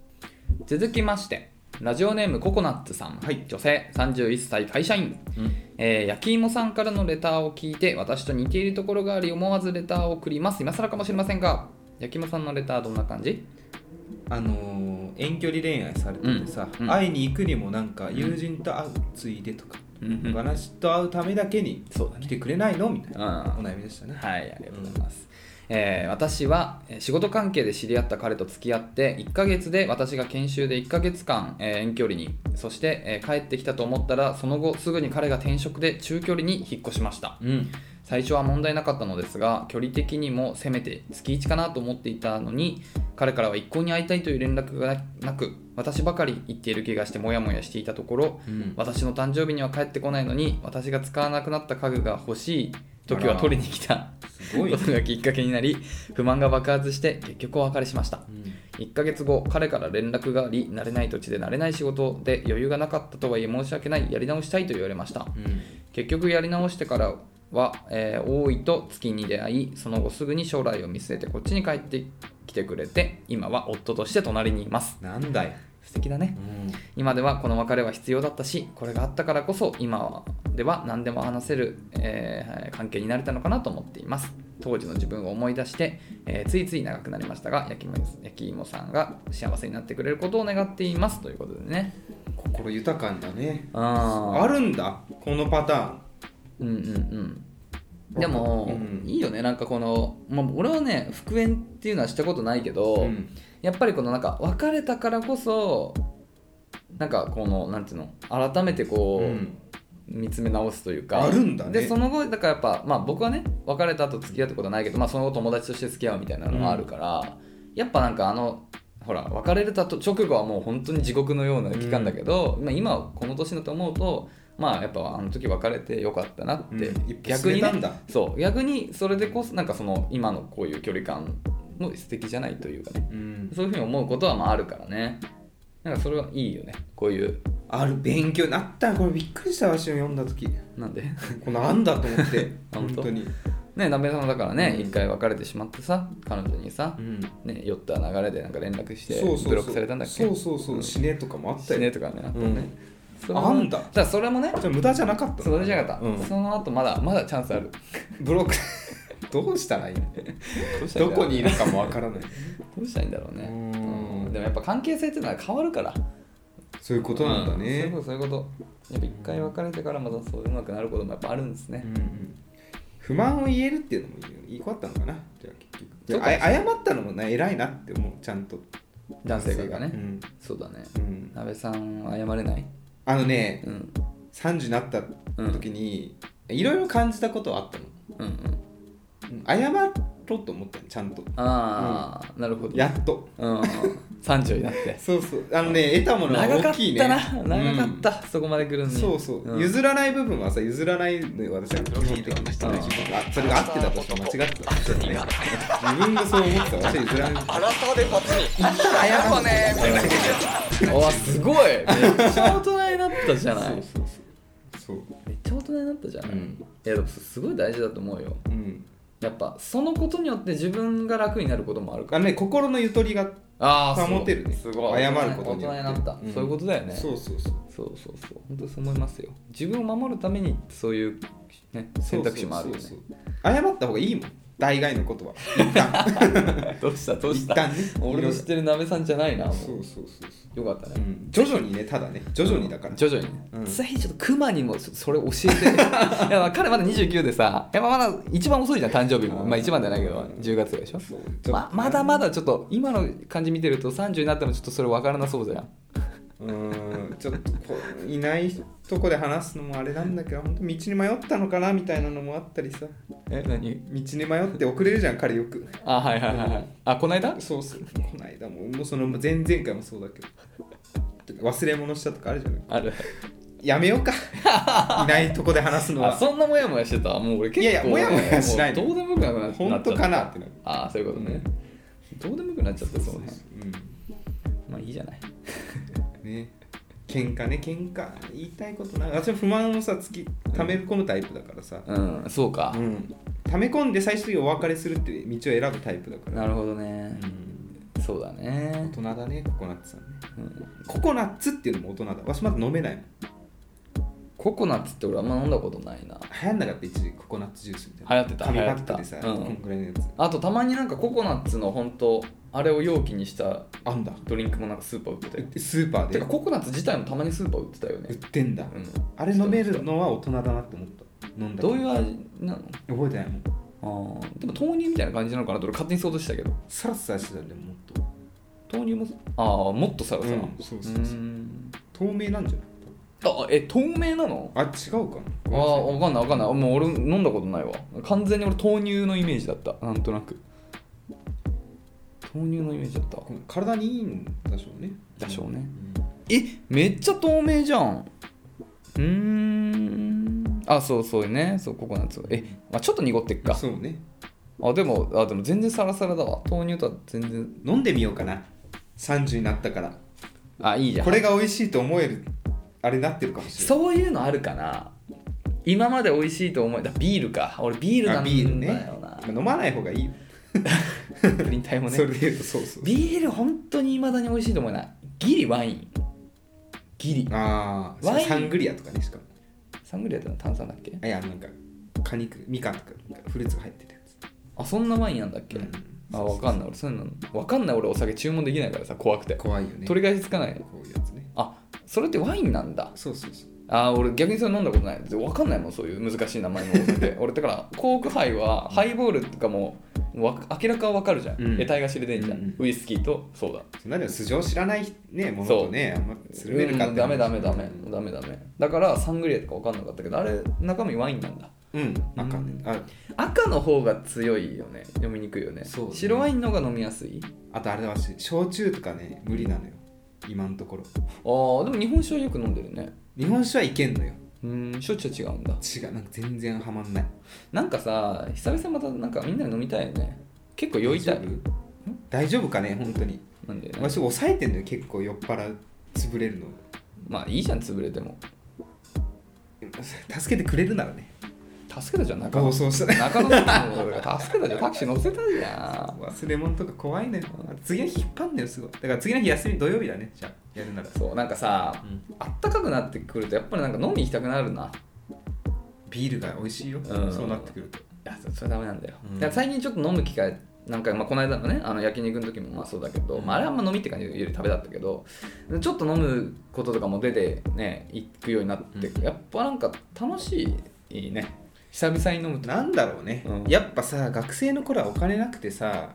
[SPEAKER 2] 続きましてラジオネームココナッツさん、はい、女性31歳会社員、
[SPEAKER 1] うん
[SPEAKER 2] えー焼き芋さんからのレターを聞いて私と似ているところがあり思わずレターを送ります今更かもしれませんが焼き芋さんのレターどんな感じ
[SPEAKER 1] あのー遠距離恋愛されててさ、
[SPEAKER 2] うんうん
[SPEAKER 1] 会いに行くにもなんか友人と会うついでとか、
[SPEAKER 2] うんうん
[SPEAKER 1] 私と会うためだけに
[SPEAKER 2] そうだね
[SPEAKER 1] 来てくれないのみたいな
[SPEAKER 2] うん
[SPEAKER 1] お悩みでしたね、
[SPEAKER 2] はい、ありがとうございます。えー私はえー仕事関係で知り合った彼と付き合って1ヶ月で私が研修で1ヶ月間、えー遠距離にそして、えー帰ってきたと思ったらその後すぐに彼が転職で中距離に引っ越しました
[SPEAKER 1] うん
[SPEAKER 2] 最初は問題なかったのですが距離的にもせめて月1かなと思っていたのに彼からは一向に会いたいという連絡がなく私ばかり言っている気がしてモヤモヤしていたところ
[SPEAKER 1] うん
[SPEAKER 2] 私の誕生日には帰ってこないのに私が使わなくなった家具が欲しい時
[SPEAKER 1] あ
[SPEAKER 2] は
[SPEAKER 1] ら
[SPEAKER 2] 取りに来た
[SPEAKER 1] すごい、
[SPEAKER 2] こ
[SPEAKER 1] ね
[SPEAKER 2] とがきっかけになり不満が爆発して結局お別れしました1ヶ月後彼から連絡があり慣れない土地で慣れない仕事で余裕がなかったとはいえ申し訳ないやり直したいと言われました
[SPEAKER 1] うん
[SPEAKER 2] 結局やり直してからは、えー多いと月に出会いその後すぐに将来を見据えてこっちに帰ってきてくれて今は夫として隣にいます
[SPEAKER 1] なんだよ、
[SPEAKER 2] 素敵だね今ではこの別れは必要だったしこれがあったからこそ今では何でも話せる、えー関係になれたのかなと思っています当時の自分を思い出して、えーついつい長くなりましたが焼きも焼き芋さんが幸せになってくれることを願っていますということでね
[SPEAKER 1] 心豊かんだね
[SPEAKER 2] あ
[SPEAKER 1] あるんだこのパターン
[SPEAKER 2] うんうんうんでも、
[SPEAKER 1] うん
[SPEAKER 2] いいよねなんかこの、まあ、俺はね復縁っていうのはしたことないけど、
[SPEAKER 1] うん
[SPEAKER 2] やっぱりこのなんか別れたからこそなんかこのなんていうの改めてこう、
[SPEAKER 1] うん
[SPEAKER 2] 見つめ直すというか
[SPEAKER 1] あるんだね
[SPEAKER 2] でその後だからやっぱ、まあ、僕はね別れた後付き合ったことないけど、まあ、その後友達として付き合うみたいなのがあるから、やっぱなんかあのほら別れたと直後はもう本当に地獄のような期間だけど、まあ今この年だと思うとまあやっぱあの時別れてよかったなって、
[SPEAKER 1] うん一歩
[SPEAKER 2] 逆に
[SPEAKER 1] 進め
[SPEAKER 2] ね
[SPEAKER 1] たんだ
[SPEAKER 2] そう逆にそれでこそなんかその今のこういう距離感も素敵じゃないというかね
[SPEAKER 1] うん
[SPEAKER 2] そういうふうに思うことはまああるからねなんかそれはいいよねこういう
[SPEAKER 1] ある勉強になったこれびっくりしたわしを読んだ時
[SPEAKER 2] なんで
[SPEAKER 1] このなんだと思って
[SPEAKER 2] あ 本
[SPEAKER 1] 本
[SPEAKER 2] 当
[SPEAKER 1] 当に
[SPEAKER 2] ねなべさんだからね
[SPEAKER 1] うん
[SPEAKER 2] 一、回別れてしまってさ彼女にさ
[SPEAKER 1] う、ん
[SPEAKER 2] ね、酔った流れでなんか連絡して
[SPEAKER 1] そうそうそう
[SPEAKER 2] ブロックされたんだっけ
[SPEAKER 1] そうそうそう死ねとかもあった
[SPEAKER 2] 死
[SPEAKER 1] よ
[SPEAKER 2] ねとかねあった
[SPEAKER 1] うん
[SPEAKER 2] ね、それも
[SPEAKER 1] あんだ
[SPEAKER 2] からそれもね
[SPEAKER 1] じゃあ無駄じゃなかった
[SPEAKER 2] そうじゃなかった、
[SPEAKER 1] うん
[SPEAKER 2] その後まだまだチャンスある
[SPEAKER 1] ブロック どうしたらいいの
[SPEAKER 2] どうしたらい
[SPEAKER 1] ど
[SPEAKER 2] いんだろ
[SPEAKER 1] こ
[SPEAKER 2] う
[SPEAKER 1] にいるかもわからない
[SPEAKER 2] どうしたらいいんだろうね
[SPEAKER 1] うん
[SPEAKER 2] うんでもやっぱ関係性っていうのは変わるから
[SPEAKER 1] そういうことなんだ
[SPEAKER 2] うん
[SPEAKER 1] ね
[SPEAKER 2] そういうことそういうことやっぱ一回別れてからまたそううまくなることもやっぱあるんですね、
[SPEAKER 1] うんうん不満を言えるっていうのもいいよねいい子だったのかなじゃあ結局
[SPEAKER 2] そうか
[SPEAKER 1] あ謝ったのもな偉いなって思うちゃんと
[SPEAKER 2] 男性がね、
[SPEAKER 1] うん
[SPEAKER 2] そうだね
[SPEAKER 1] うん
[SPEAKER 2] なべさん謝れない
[SPEAKER 1] あのね
[SPEAKER 2] うん
[SPEAKER 1] 30になった時にいろいろ感じたことはあったの
[SPEAKER 2] うんうん
[SPEAKER 1] うん謝ろうと思ったのちゃんと
[SPEAKER 2] ああ、なるほど
[SPEAKER 1] やっと
[SPEAKER 2] うん、30になって
[SPEAKER 1] そうそうあのね得たものが
[SPEAKER 2] 長か
[SPEAKER 1] 大
[SPEAKER 2] っ
[SPEAKER 1] きいね
[SPEAKER 2] たな長かった、そこまで来るの
[SPEAKER 1] うん
[SPEAKER 2] に
[SPEAKER 1] そうそう、
[SPEAKER 2] ん
[SPEAKER 1] 譲らない部分はさ譲らないのよ私は基本的に
[SPEAKER 2] うん
[SPEAKER 1] あそれが合ってたとしても間違ってたとしてもね自分がそう思ってたら私は譲らな
[SPEAKER 3] あ
[SPEAKER 1] い
[SPEAKER 3] なたで勝つにあやっぱねみたいな
[SPEAKER 2] あすごいめっちゃ大人になったじゃない
[SPEAKER 1] そうそうそうそう
[SPEAKER 2] めっちゃ大人になったじゃない、
[SPEAKER 1] うん
[SPEAKER 2] いやでもすごい大事だと思うよ
[SPEAKER 1] うん
[SPEAKER 2] やっぱそのことによって自分が楽になることもあるから
[SPEAKER 1] あのね心のゆとりが
[SPEAKER 2] あー
[SPEAKER 1] 保てるね
[SPEAKER 2] すごい
[SPEAKER 1] 謝ることに
[SPEAKER 2] 大
[SPEAKER 1] よ
[SPEAKER 2] 人
[SPEAKER 1] って
[SPEAKER 2] になった、
[SPEAKER 1] うん
[SPEAKER 2] そういうことだよね
[SPEAKER 1] そうそうそう
[SPEAKER 2] そうそうそう本当そう思いますよ自分を守るためにそういう、ね、選択肢もあるよね
[SPEAKER 1] そうそうそう謝った方がいいもん大概のことは
[SPEAKER 2] どうした どう
[SPEAKER 1] 一
[SPEAKER 2] した
[SPEAKER 1] 旦ね
[SPEAKER 2] 俺の知ってるなべさんじゃないなも
[SPEAKER 1] そうそうそうそう
[SPEAKER 2] よかったね、
[SPEAKER 1] うん徐々にねただね徐々にだから
[SPEAKER 2] 徐々にね、
[SPEAKER 1] うん
[SPEAKER 2] ぜひちょっと熊にもちょっとそれ教え ていや彼まだ29でさやっぱまだ一番遅いじゃん誕生日もまあ一番じゃないけど10月でしょ
[SPEAKER 1] そう
[SPEAKER 2] ままだまだちょっと今の感じ見てると30になってもちょっとそれ分からなそうじゃん
[SPEAKER 1] うーんちょっとこういないとこで話すのもあれなんだけど本当道に迷ったのかなみたいなのもあったりさ道
[SPEAKER 2] え何
[SPEAKER 1] に迷って遅れるじゃん彼よく
[SPEAKER 2] あはいはいはいはいあこの間
[SPEAKER 1] そうそうこないだももうその前々回もそうだけど忘れ物したとかあるじゃない
[SPEAKER 2] ある
[SPEAKER 1] やめよう かいないとこで話すの
[SPEAKER 2] あ
[SPEAKER 1] は
[SPEAKER 2] そんなモヤモヤしてたもう俺結構
[SPEAKER 1] いやいやモヤモヤしない
[SPEAKER 2] もうどうでもよくなくなっちゃった
[SPEAKER 1] 本当かなってなる
[SPEAKER 2] ああそういうことね、どうでもよくなっちゃったその辺まあいいじゃない
[SPEAKER 1] うんね喧嘩ね喧嘩言いたいことない私は不満をさつき溜め込むタイプだからさ、
[SPEAKER 2] うんそうか
[SPEAKER 1] う、ん、溜め込んで最終的にお別れするっていう道を選ぶタイプだから
[SPEAKER 2] なるほどね、そうだね
[SPEAKER 1] 大人だねココナッツさんね
[SPEAKER 2] うん
[SPEAKER 1] ココナッツっていうのも大人だわしまだ飲めないもん
[SPEAKER 2] ココナッツって俺あんま飲んだことないな
[SPEAKER 1] 流行んなかった一時ココナッツジュースみたいな
[SPEAKER 2] 流行ってた
[SPEAKER 1] 紙パックでさ
[SPEAKER 2] 流行ってた
[SPEAKER 1] こ
[SPEAKER 2] うん
[SPEAKER 1] んぐらいのやつ
[SPEAKER 2] あとたまになんかココナッツのほんとあれを容器にした
[SPEAKER 1] あんだ
[SPEAKER 2] ドリンクもなんかスーパー売ってたよ
[SPEAKER 1] スーパー
[SPEAKER 2] て
[SPEAKER 1] で
[SPEAKER 2] かココナッツ自体もたまにスーパー売ってたよ
[SPEAKER 1] 売っ
[SPEAKER 2] ね、
[SPEAKER 1] てんだ
[SPEAKER 2] う
[SPEAKER 1] あれ飲めるのは大人だなって思った飲ん
[SPEAKER 2] ん、
[SPEAKER 1] だ
[SPEAKER 2] どういうう味なの
[SPEAKER 1] 覚えてないもん
[SPEAKER 2] あーでも豆乳みたいな感じなのかなと俺勝手に想像してたけど
[SPEAKER 1] サラサラしてたんでもっ
[SPEAKER 2] 豆乳もああもっとサラサラ、
[SPEAKER 1] うんそうそうそうんと透明なんじゃない
[SPEAKER 2] あえ透明なの
[SPEAKER 1] あ違うか
[SPEAKER 2] あ
[SPEAKER 1] な
[SPEAKER 2] あ分かんない分かんないもう俺飲んだことないわ完全に俺豆乳のイメージだったなんとなく豆乳のイメージだった
[SPEAKER 1] ごめん体にいいんでしょうね
[SPEAKER 2] でしょうね
[SPEAKER 1] ん
[SPEAKER 2] えめっちゃ透明じゃんうーんあそうそうねそうココナッツえ、まあ、ちょっと濁ってっか
[SPEAKER 1] そうね
[SPEAKER 2] あでもあでも全然サラサラだわ豆乳とは全然
[SPEAKER 1] 飲んでみようかな30になったから
[SPEAKER 2] あいいじゃん
[SPEAKER 1] これが美味しいと思えるあれになってるかもしれない
[SPEAKER 2] そういうのあるかな今まで美味しいと思えたビールか俺ビールな
[SPEAKER 1] あビール
[SPEAKER 2] ん
[SPEAKER 1] ね
[SPEAKER 2] だよな、
[SPEAKER 1] 飲まない方がいいよ
[SPEAKER 2] プリン体もね
[SPEAKER 1] それで言うとそうそう
[SPEAKER 2] ビール本当に未だに美味しいと思えないギリワインギリ
[SPEAKER 1] ああ
[SPEAKER 2] ワイン
[SPEAKER 1] サングリアとかねしかも
[SPEAKER 2] サングリアってのは炭酸だっけ
[SPEAKER 1] あいやなんか果肉みかんとかなんかフルーツが入ってたやつ
[SPEAKER 2] あそんなワインなんだっけ、
[SPEAKER 1] うん
[SPEAKER 2] あわかんない俺そういうのわかんない俺お酒注文できないからさ怖くて
[SPEAKER 1] 怖いよね
[SPEAKER 2] 取り返しつかない
[SPEAKER 1] こういうやつね
[SPEAKER 2] あそれってワインなんだ
[SPEAKER 1] そうそうそう
[SPEAKER 2] ああ俺逆にそれ飲んだことない分かんないもんそういう難しい名前のお 酒で俺だからコークハイはハイボールとかもわ明らかは分かるじゃん、
[SPEAKER 1] うん
[SPEAKER 2] 得体が知れてんじゃん、
[SPEAKER 1] うん
[SPEAKER 2] ウイスキーとソーダ
[SPEAKER 1] 何でも素性を知らない、ね、ものとね、あんまつるめるかっ
[SPEAKER 2] うん
[SPEAKER 1] て。
[SPEAKER 2] ダメダメダメダメダメだからサングリアとか分かんなかったけどあれ中身ワインなんだ
[SPEAKER 1] うん、あかんね。あ
[SPEAKER 2] 赤の方が強いよね飲みにくいよね
[SPEAKER 1] そうね
[SPEAKER 2] 白ワインの方が飲みやすいあ
[SPEAKER 1] あとあれだわし、焼酎とかね、無理なのよ。今のところ。
[SPEAKER 2] ーでも日本酒はよく飲んでるね
[SPEAKER 1] 日本酒はいけんのよ。
[SPEAKER 2] うん焼酎は違うんだ
[SPEAKER 1] 違う、なんか全然はまんない。
[SPEAKER 2] なんかさ久々またなんかみんなで飲みたいよね結構酔いた
[SPEAKER 1] 大
[SPEAKER 2] い
[SPEAKER 1] 丈夫大丈夫かね、本当に。
[SPEAKER 2] なんで、ね
[SPEAKER 1] 私、、抑えてんのよ、結構酔っ払う、潰れるの。
[SPEAKER 2] まあいいじゃん潰れても
[SPEAKER 1] 助けてくれるならね。
[SPEAKER 2] 助けたじゃん中
[SPEAKER 1] 暴
[SPEAKER 2] 野
[SPEAKER 1] 走したね。
[SPEAKER 2] 中野さんの助けたじゃんタクシー乗せたじゃん
[SPEAKER 1] 忘れ物とか怖いのよ。次の日引っ張んのよ、すごい。だから次の日休み土曜日だね、じゃあ、やるなら。
[SPEAKER 2] そうなんかさあったかくなってくるとやっぱりなんか飲み行きたくなるな
[SPEAKER 1] ビールが美味しいよ、
[SPEAKER 2] うん
[SPEAKER 1] そうなってくると。
[SPEAKER 2] いやそそれはダメなんだよ、
[SPEAKER 1] うん
[SPEAKER 2] だから最近ちょっと飲む機会なんか、まあ、この間のねあの焼肉の時もまあそうだけど、まあ、あれはあんま飲みって感じより食べだったけどちょっと飲むこととかも出てね行くようになって、
[SPEAKER 1] う
[SPEAKER 2] やっぱなんか楽しいいいね久々に飲むと、
[SPEAKER 1] なんだろうね、
[SPEAKER 2] うん
[SPEAKER 1] やっぱさ学生の頃はお金なくてさ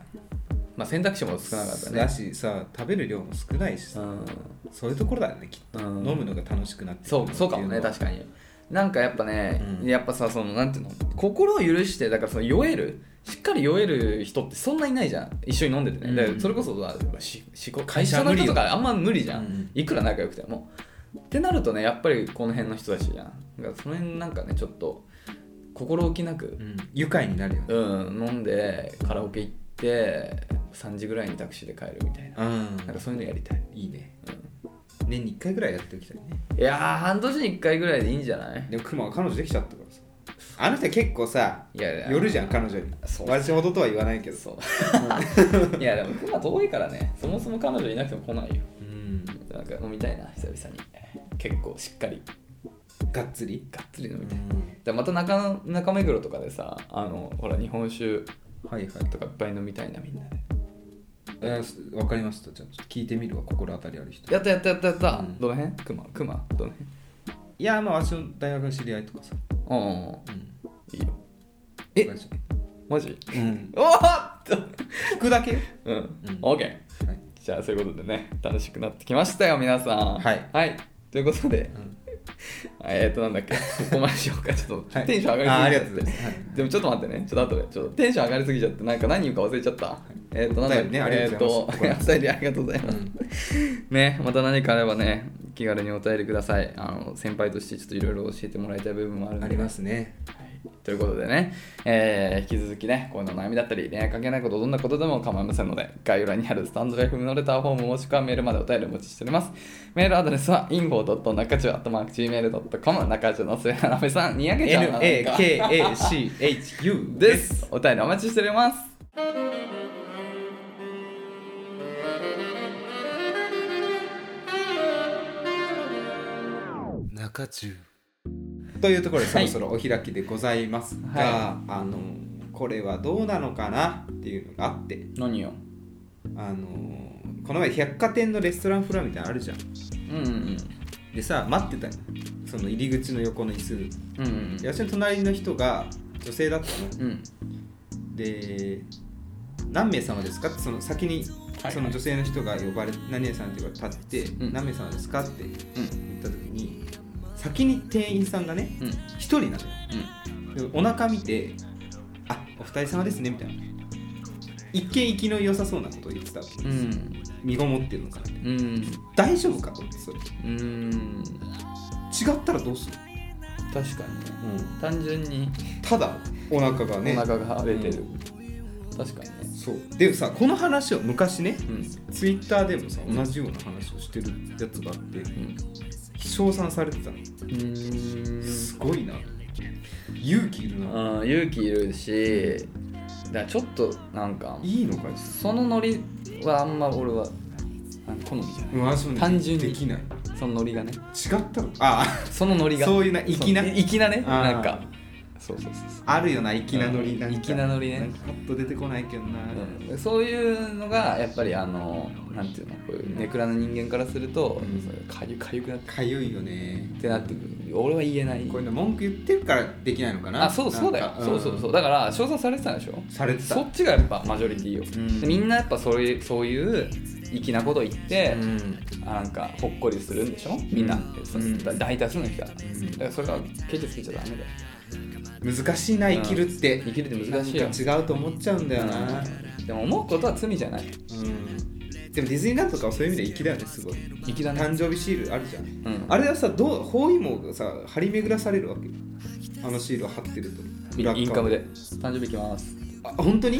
[SPEAKER 2] まあ、選択肢も少なかったね
[SPEAKER 1] だしさ食べる量も少ないし
[SPEAKER 2] う
[SPEAKER 1] さ、
[SPEAKER 2] ん
[SPEAKER 1] そういうところだよねきっと、
[SPEAKER 2] うん
[SPEAKER 1] 飲むのが楽しくなってくるっ
[SPEAKER 2] そ
[SPEAKER 1] て
[SPEAKER 2] う
[SPEAKER 1] い
[SPEAKER 2] そうかもね確
[SPEAKER 1] か
[SPEAKER 2] かになんかやっぱね、
[SPEAKER 1] うん
[SPEAKER 2] やっぱさそのなんていうの心を許してだからその酔えるしっかり酔える人ってそんないないじゃん一緒に飲んでてね、
[SPEAKER 1] うん
[SPEAKER 2] だからそれこそさしし会
[SPEAKER 1] 会
[SPEAKER 2] 社
[SPEAKER 1] 社
[SPEAKER 2] の
[SPEAKER 1] 無理
[SPEAKER 2] 人
[SPEAKER 1] よ
[SPEAKER 2] とかあんま無理じゃん、
[SPEAKER 1] うん
[SPEAKER 2] いくら仲良くてもってなるとねやっぱりこの辺の人たちじゃんだからその辺なんかねちょっと心置きなく
[SPEAKER 1] に、うん愉快になるよね
[SPEAKER 2] うん飲んでカラオケ行って3時ぐらいにタクシーで帰るみたいな
[SPEAKER 1] うん、
[SPEAKER 2] なんかそういうのやりたい、
[SPEAKER 1] いいね
[SPEAKER 2] う
[SPEAKER 1] 年に1回ぐらいやっておきたいね
[SPEAKER 2] んいやー半年に1回ぐらいでいいんじゃない
[SPEAKER 1] でもクマは彼女できちゃったからさ あの人は結構さ
[SPEAKER 2] いやいや
[SPEAKER 1] 寄るじゃん彼女に
[SPEAKER 2] そう
[SPEAKER 1] 私ほどとは言わないけど
[SPEAKER 2] そういやでもクマ遠いからねそもそも彼女いなくても来ないよ
[SPEAKER 1] うん
[SPEAKER 2] なんか飲みたいな久々に結構しっかり
[SPEAKER 1] がっつり
[SPEAKER 2] がっつり飲みたい、でまた中中目黒とかでさあのほら日本酒
[SPEAKER 1] はいはい
[SPEAKER 2] とかいっぱい飲みたいなみんなで
[SPEAKER 1] えーわかりましたじゃあちょっと聞いてみるわ心当たりある人
[SPEAKER 2] やったやったやったやった、
[SPEAKER 1] うん
[SPEAKER 2] どの辺クマクマどの
[SPEAKER 1] いやまあ私の大学の知り合いとかさ、
[SPEAKER 2] 辺うんうんうん
[SPEAKER 1] う
[SPEAKER 2] いいよ
[SPEAKER 1] ん、
[SPEAKER 2] えマジ
[SPEAKER 1] うん、
[SPEAKER 2] おー っと
[SPEAKER 1] 聞くだけ、
[SPEAKER 2] うん、
[SPEAKER 1] ん
[SPEAKER 2] オッケー
[SPEAKER 1] はい
[SPEAKER 2] じゃあそういうことでね楽しくなってきましたよ皆さん
[SPEAKER 1] はい
[SPEAKER 2] はいということで、
[SPEAKER 1] ん
[SPEAKER 2] えっとなんだっけここまでしようかちょっと、
[SPEAKER 1] はい
[SPEAKER 2] テンション上
[SPEAKER 1] あー
[SPEAKER 2] が
[SPEAKER 1] あ
[SPEAKER 2] り
[SPEAKER 1] り
[SPEAKER 2] す
[SPEAKER 1] が
[SPEAKER 2] ぎ
[SPEAKER 1] とう
[SPEAKER 2] ちゃ
[SPEAKER 1] ございます、はい
[SPEAKER 2] ってでもちょっと待ってね、ちょっと後で、ちょっとテンション上がりすぎちゃって、なんか何言うか忘れちゃった。えっと、なんだっ
[SPEAKER 1] お便り
[SPEAKER 2] け、
[SPEAKER 1] ねありがとうございます
[SPEAKER 2] えっと、お便りありがとうございます。ね、また何かあればね、気軽にお便りください。あの、先輩としてちょっといろいろ教えてもらいたい部分もあるんで。
[SPEAKER 1] ありますね。
[SPEAKER 2] ということでね、えー引き続きね、この悩みだったり、恋愛関係ないこと、どんなことでも構いませんので、概要欄にあるスタンド FM のレターフォームもしくはメールまでお便りお持ちしております。メールアドレスは info.nakachu.gmail.com、中中の末鍋さん、にやけちゃうななんか
[SPEAKER 1] NAKACHU
[SPEAKER 2] で
[SPEAKER 1] ですす。
[SPEAKER 2] お便りお待ちしております
[SPEAKER 1] 中中。というところでそろそろお開きでございますが、
[SPEAKER 2] は
[SPEAKER 1] あのこれはどうなのかなっていうのがあって、
[SPEAKER 2] 何よ
[SPEAKER 1] あのこの前百貨店のレストランフロアみたいなのあるじゃん。
[SPEAKER 2] うんうん
[SPEAKER 1] でさ待ってたよその入り口の横の椅子。
[SPEAKER 2] うんうん
[SPEAKER 1] で私の隣の人が女性だったの。
[SPEAKER 2] うんうん
[SPEAKER 1] で何名様ですかってその先に
[SPEAKER 2] はいはい
[SPEAKER 1] その女性の人が呼ばれ、何名さんって言われて立って、
[SPEAKER 2] うん
[SPEAKER 1] 何名様ですかって
[SPEAKER 2] うん
[SPEAKER 1] 言った時に先に店員さんがね
[SPEAKER 2] うん
[SPEAKER 1] 1人なのよでお腹見て「あお二人様ですね」みたいな一見生きの良さそうなことを言ってたわけ
[SPEAKER 2] うんうん
[SPEAKER 1] 身ごもってるのかなって
[SPEAKER 2] うん
[SPEAKER 1] 大丈夫かと思ってそれ
[SPEAKER 2] うん
[SPEAKER 1] 違ったらどうする、
[SPEAKER 2] 確かにね単純に
[SPEAKER 1] ただお腹が
[SPEAKER 2] お
[SPEAKER 1] ね
[SPEAKER 2] 腹が出てる、
[SPEAKER 1] う
[SPEAKER 2] 確かにね
[SPEAKER 1] そうでさこの話を昔ね
[SPEAKER 2] うん
[SPEAKER 1] ツイッターでもさ同じような話をしてるやつがあって称賛されてたの
[SPEAKER 2] うん
[SPEAKER 1] すごいな勇気いるな
[SPEAKER 2] うん勇気いるしだからちょっとなんか
[SPEAKER 1] いいのかよ
[SPEAKER 2] そのノリはあんま俺はあ好みじゃない
[SPEAKER 1] うん私もね
[SPEAKER 2] 単純に
[SPEAKER 1] できない違
[SPEAKER 2] そのノリがね
[SPEAKER 1] ったのあ
[SPEAKER 2] そのノリ
[SPEAKER 1] あ
[SPEAKER 2] が
[SPEAKER 1] そういうな粋な
[SPEAKER 2] そう粋なね
[SPEAKER 1] あー
[SPEAKER 2] なんかそうそうそうそう
[SPEAKER 1] あるよな粋なノリなんか
[SPEAKER 2] 粋なノリね
[SPEAKER 1] なんかパッと出てこないけどな、
[SPEAKER 2] うんそういうのがやっぱりあのなんていうのこういうネクラな人間からすると
[SPEAKER 1] うん
[SPEAKER 2] そういうかゆかゆくなって
[SPEAKER 1] かゆいよね
[SPEAKER 2] ってなってくる俺は言えない
[SPEAKER 1] こういうの文句言ってるからできないのかな
[SPEAKER 2] あそうそうだよ
[SPEAKER 1] なんか
[SPEAKER 2] そうそうそううだから称賛されてたんでしょ
[SPEAKER 1] んされてた
[SPEAKER 2] そっちがやっぱマジョリティよ、
[SPEAKER 1] うん
[SPEAKER 2] でみんなやっぱそういうそういう粋なこと言って、
[SPEAKER 1] うん
[SPEAKER 2] あなんかほっこりするんでしょみんな、
[SPEAKER 1] うん
[SPEAKER 2] そう
[SPEAKER 1] うん
[SPEAKER 2] だ大多数の人が、
[SPEAKER 1] ん
[SPEAKER 2] だからそれがケチつけちゃダメだよ
[SPEAKER 1] 難しいな生きるって、
[SPEAKER 2] 生きるって難しいよ
[SPEAKER 1] なんか違うと思っちゃうんだよな、うん
[SPEAKER 2] でも思うことは罪じゃない
[SPEAKER 1] でもディズニーランドとかはそういう意味で粋だよねすごい
[SPEAKER 2] 粋だね
[SPEAKER 1] 誕生日シールあるじゃん、
[SPEAKER 2] ん
[SPEAKER 1] あれはさどう包囲網がさ張り巡らされるわけよあのシールを貼ってると裏側
[SPEAKER 2] インカムで誕生日 来ます
[SPEAKER 1] あ本 当に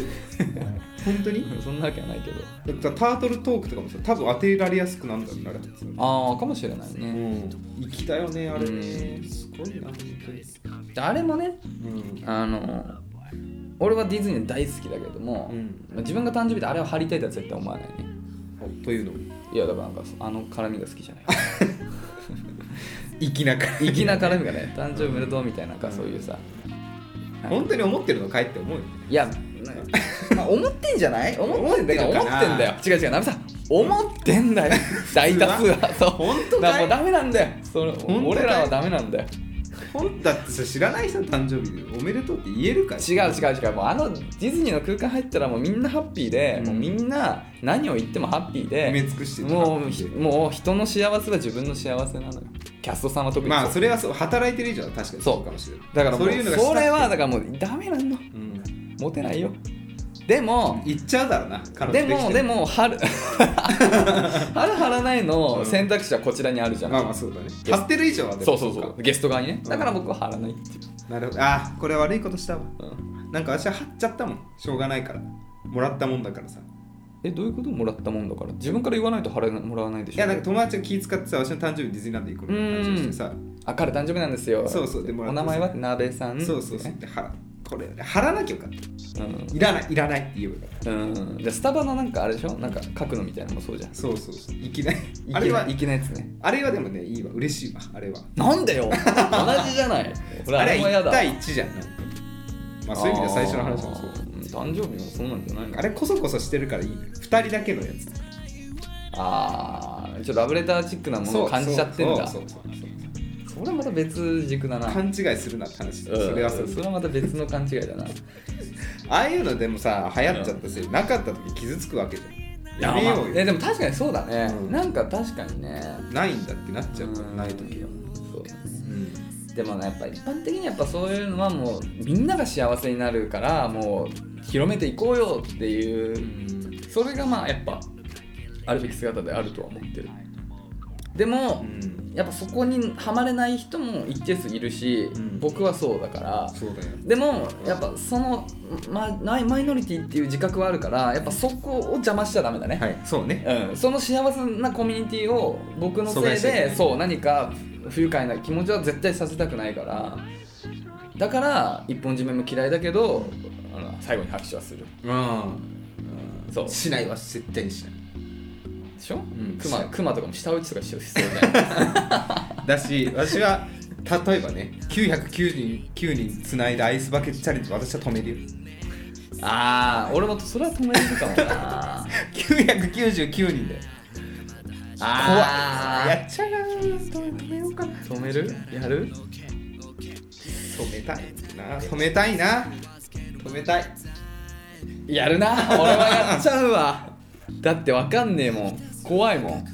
[SPEAKER 1] 本当に
[SPEAKER 2] そんなわけはないけど
[SPEAKER 1] だからタートルトークとかもさ多分当てられやすくなるんだろうなあれ
[SPEAKER 2] ああかもしれないね、
[SPEAKER 1] うん粋だよねあれね
[SPEAKER 2] うん
[SPEAKER 1] すごいな本当
[SPEAKER 2] であれもね
[SPEAKER 1] に
[SPEAKER 2] あの俺はディズニー大好きだけども、
[SPEAKER 1] うん
[SPEAKER 2] まあ自分が誕生日であれを貼りたいとは絶対思わないね
[SPEAKER 1] というのも
[SPEAKER 2] いやだからなんかあの絡みが好きじゃない
[SPEAKER 1] 粋な感じ
[SPEAKER 2] 粋な絡みがね誕生日おめでとうみたいななんかそういうさ、
[SPEAKER 1] 本当に思ってるのかいって思うよね
[SPEAKER 2] いや、まあ、思ってんじゃない思ってんだよ
[SPEAKER 1] 思
[SPEAKER 2] 思
[SPEAKER 1] っ
[SPEAKER 2] っ
[SPEAKER 1] んの
[SPEAKER 2] て
[SPEAKER 1] かなん
[SPEAKER 2] だよ違う違うナミさん思ってんだよ大多数はそう
[SPEAKER 1] 本当かい
[SPEAKER 2] だからもうダメなんだよそれ
[SPEAKER 1] 当かい
[SPEAKER 2] 俺らはダメなんだよ
[SPEAKER 1] 本だってさ知らない人の誕生日でおめでとうって言えるかい
[SPEAKER 2] 違う違う違うもうあのディズニーの空間入ったらもうみんなハッピーで、
[SPEAKER 1] うん
[SPEAKER 2] もうみんな何を言ってもハッピー
[SPEAKER 1] 埋め
[SPEAKER 2] で
[SPEAKER 1] 尽くしてた
[SPEAKER 2] もうひもう人の幸せは自分の幸せなのよキャストさんは特にそう
[SPEAKER 1] まあそれはそう働いてる以上は確かに
[SPEAKER 2] そう
[SPEAKER 1] そうかもしれない
[SPEAKER 2] だからも
[SPEAKER 1] そうういうのが
[SPEAKER 2] それはだ
[SPEAKER 1] か
[SPEAKER 2] からもうダメなんだ
[SPEAKER 1] ら、うん、
[SPEAKER 2] モテないよでも
[SPEAKER 1] 言っちゃうだろうな彼
[SPEAKER 2] で
[SPEAKER 1] 女きて
[SPEAKER 2] も
[SPEAKER 1] る
[SPEAKER 2] でも春 春張らないの選択肢はこちらにあるじゃん、
[SPEAKER 1] まあまあそうだね張ってる以上はでも
[SPEAKER 2] そうそうそ
[SPEAKER 1] か
[SPEAKER 2] うゲスト側にねだから僕は張らないっていう、
[SPEAKER 1] なるほどあーこれ悪いことしたわ
[SPEAKER 2] うん
[SPEAKER 1] なんか私は張っちゃったもんしょうがないからもらったもんだからさ
[SPEAKER 2] えどういうこともらったもんだから自分から言わないと払えなもらわないでしょ
[SPEAKER 1] いやなんか友達が気遣ってさ私の誕生日ディズニーランド行こうみたいな話をしてさ
[SPEAKER 2] あ彼誕生日なんですよ
[SPEAKER 1] そうそうでもら
[SPEAKER 2] お
[SPEAKER 1] った
[SPEAKER 2] 名前は鍋さん
[SPEAKER 1] そうそうそう
[SPEAKER 2] ね
[SPEAKER 1] で払これ貼らなきゃよかった
[SPEAKER 2] うん
[SPEAKER 1] いらないいらないって言えばよかっ
[SPEAKER 2] うん、じゃあスタバのなんかあれでしょなんか書くのみたいなのもそうじゃん
[SPEAKER 1] たそうそうそういきない
[SPEAKER 2] い
[SPEAKER 1] あれ
[SPEAKER 2] けな
[SPEAKER 1] はい
[SPEAKER 2] いけないやつね
[SPEAKER 1] あれはでもねいいわ嬉しいわあれは
[SPEAKER 2] なんでよ同じじゃない俺
[SPEAKER 1] あ
[SPEAKER 2] あ
[SPEAKER 1] れ
[SPEAKER 2] れも
[SPEAKER 1] は
[SPEAKER 2] や
[SPEAKER 1] 1
[SPEAKER 2] だ
[SPEAKER 1] 対1じゃんなんかまあそういう意味では最初の話もそう
[SPEAKER 2] そう誕生日もそうなんじゃないの
[SPEAKER 1] あれこそこそしてるからいいね2人だけのやつ
[SPEAKER 2] あーちょっとラブレターチックなものを感じちゃってんだ
[SPEAKER 1] そう
[SPEAKER 2] そ
[SPEAKER 1] そうそうそう
[SPEAKER 2] れはまた別軸だな
[SPEAKER 1] 勘違いするなって話だ、
[SPEAKER 2] うん
[SPEAKER 1] それはそう
[SPEAKER 2] それはまた別の勘違いだな
[SPEAKER 1] ああいうのでもさ流行っちゃったせいでなかった時傷つくわけじゃんやめ
[SPEAKER 2] ま
[SPEAKER 1] よ
[SPEAKER 2] あ
[SPEAKER 1] う
[SPEAKER 2] え
[SPEAKER 1] よ
[SPEAKER 2] でも確かにそうだね、
[SPEAKER 1] うん
[SPEAKER 2] なんか確かにね
[SPEAKER 1] ないんだってなっちゃうからない時は
[SPEAKER 2] そうだね
[SPEAKER 1] うん
[SPEAKER 2] でもねやっぱ一般的にやっぱそういうのはもうみんなが幸せになるからもう広めていこうよっていうそれがまあやっぱあるべき姿であるとは思ってるでも、
[SPEAKER 1] うん
[SPEAKER 2] やっぱそこにはまれない人も一定数いるし、
[SPEAKER 1] うん
[SPEAKER 2] 僕はそうだから
[SPEAKER 1] そうだよ
[SPEAKER 2] でもやっぱその、ま、マイマイノリティっていう自覚はあるからやっぱそこを邪魔しちゃダメだね、
[SPEAKER 1] はいそうね
[SPEAKER 2] うん、その幸せなコミュニティを僕のせい
[SPEAKER 1] 阻害してる
[SPEAKER 2] で、
[SPEAKER 1] ね
[SPEAKER 2] そう何か不愉快な気持ちは絶対させたくないからだから一本締めも嫌いだけどあの最後に拍手はする、
[SPEAKER 1] うん
[SPEAKER 2] うん、そうで
[SPEAKER 1] しないは絶対にしない
[SPEAKER 2] しょ、
[SPEAKER 1] ん
[SPEAKER 2] クマ
[SPEAKER 1] しない
[SPEAKER 2] クマとかも舌打ちとかしちゃう必要ない
[SPEAKER 1] だし私は例えばね999人つないだアイスバケツチャレンジ私は止めるよ
[SPEAKER 2] ああ俺もそれは止めれるかも な
[SPEAKER 1] 999人で
[SPEAKER 2] あ
[SPEAKER 1] やっちゃうな止めようかな
[SPEAKER 2] 怖い止めるやる
[SPEAKER 1] 止めたいな止めたいな止めたい
[SPEAKER 2] やるな俺はやっちゃうわだってわかんねえもん怖いもん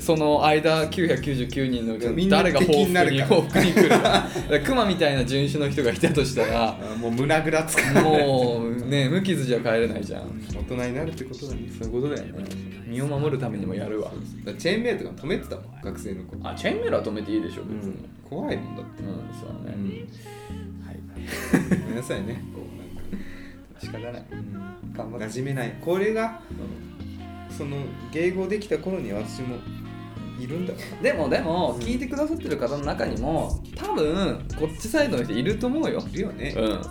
[SPEAKER 2] その間999人のう
[SPEAKER 1] み
[SPEAKER 2] ち
[SPEAKER 1] ん
[SPEAKER 2] の
[SPEAKER 1] な
[SPEAKER 2] 誰が
[SPEAKER 1] 敵
[SPEAKER 2] 報
[SPEAKER 1] に
[SPEAKER 2] 復
[SPEAKER 1] な
[SPEAKER 2] に
[SPEAKER 1] るから
[SPEAKER 2] 報復に来るクマみたいな人種の人がいたとしたら
[SPEAKER 1] あもう胸ぐらつかもう
[SPEAKER 2] もうね無傷じゃ帰れないじゃん
[SPEAKER 1] 大人になるってことだね
[SPEAKER 2] そういうことだよね身を守るためにもやるわ
[SPEAKER 1] だからチェーンメールとかも止めてたもん学生の子
[SPEAKER 2] あチェーンメールは止めていいでしょ別に
[SPEAKER 1] 怖いもんだって
[SPEAKER 2] うん、そうだね、
[SPEAKER 1] はいごめんなさいねこう
[SPEAKER 2] 仕方ない
[SPEAKER 1] なんか
[SPEAKER 2] 頑張って
[SPEAKER 1] 馴染めないこれがその迎合できた頃に私もいるんだか
[SPEAKER 2] でもでも聞いてくださってる方の中にも多分こっちサイドの人いると思うよ
[SPEAKER 1] らいるよね
[SPEAKER 2] うん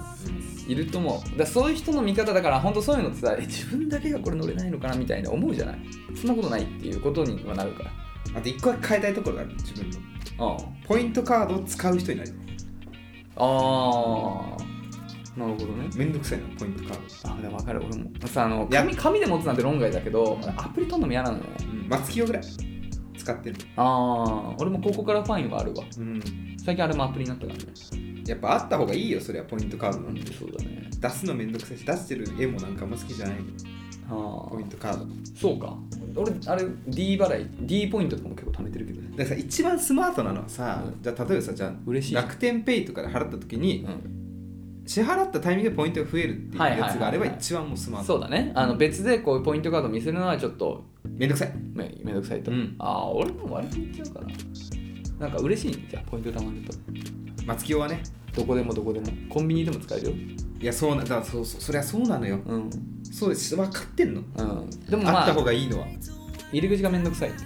[SPEAKER 2] いると思うだからそういう人の見方だから本当そういうのってさえ自分だけがこれ乗れないのかなみたいな思うじゃないそんなことないっていうことにはなるから
[SPEAKER 1] あと一個だけ変えたいところがある自分の
[SPEAKER 2] あ
[SPEAKER 1] ポイントカードを使う人になる
[SPEAKER 2] ああなるほどね
[SPEAKER 1] めんどくさいなポイントカード
[SPEAKER 2] あでも分かる俺もさあの
[SPEAKER 1] いや
[SPEAKER 2] 紙紙で持つなんて論外だけどアプリ取るのも嫌なのよね
[SPEAKER 1] うん松清ぐらい使ってる
[SPEAKER 2] ああ俺もここからファインはあるわ
[SPEAKER 1] うん
[SPEAKER 2] 最近あれもアプリになったからね
[SPEAKER 1] やっぱあった方がいいよそりゃポイントカードなんて
[SPEAKER 2] そうだね
[SPEAKER 1] 出すのめんどくさいし出してる絵もなんかあんま好きじゃない
[SPEAKER 2] ああ
[SPEAKER 1] ポイントカード
[SPEAKER 2] そうか俺あれ D 払い D ポイントとかも結構貯めてるけどね
[SPEAKER 1] だからさ一番スマートなのはさ、
[SPEAKER 2] うん
[SPEAKER 1] じゃあ例えばさじゃ
[SPEAKER 2] 嬉しい
[SPEAKER 1] あ楽天ペイとかで払った時に、
[SPEAKER 2] うん
[SPEAKER 1] 支払ったタイミングでポイントが増えるっていう
[SPEAKER 2] はいはいは
[SPEAKER 1] や
[SPEAKER 2] いはい
[SPEAKER 1] つがあれば一番もうスマート、
[SPEAKER 2] そうだねあの別でこういうポイントカード見せるのはちょっと
[SPEAKER 1] めんどくさい
[SPEAKER 2] めめんどくさいと、
[SPEAKER 1] うん
[SPEAKER 2] ああ俺も割といっちゃうかななんか嬉しいんじゃあポイント貯まると
[SPEAKER 1] 松清はね
[SPEAKER 2] どこでもどこでもコンビニでも使えるよ
[SPEAKER 1] いやそうなだからそうそうそりゃそうなのよ
[SPEAKER 2] うん
[SPEAKER 1] そうです分かってんの、
[SPEAKER 2] うんでも
[SPEAKER 1] あっ
[SPEAKER 2] ま
[SPEAKER 1] た
[SPEAKER 2] あ
[SPEAKER 1] 方がいいのは
[SPEAKER 2] 入り口がめんどくさいってい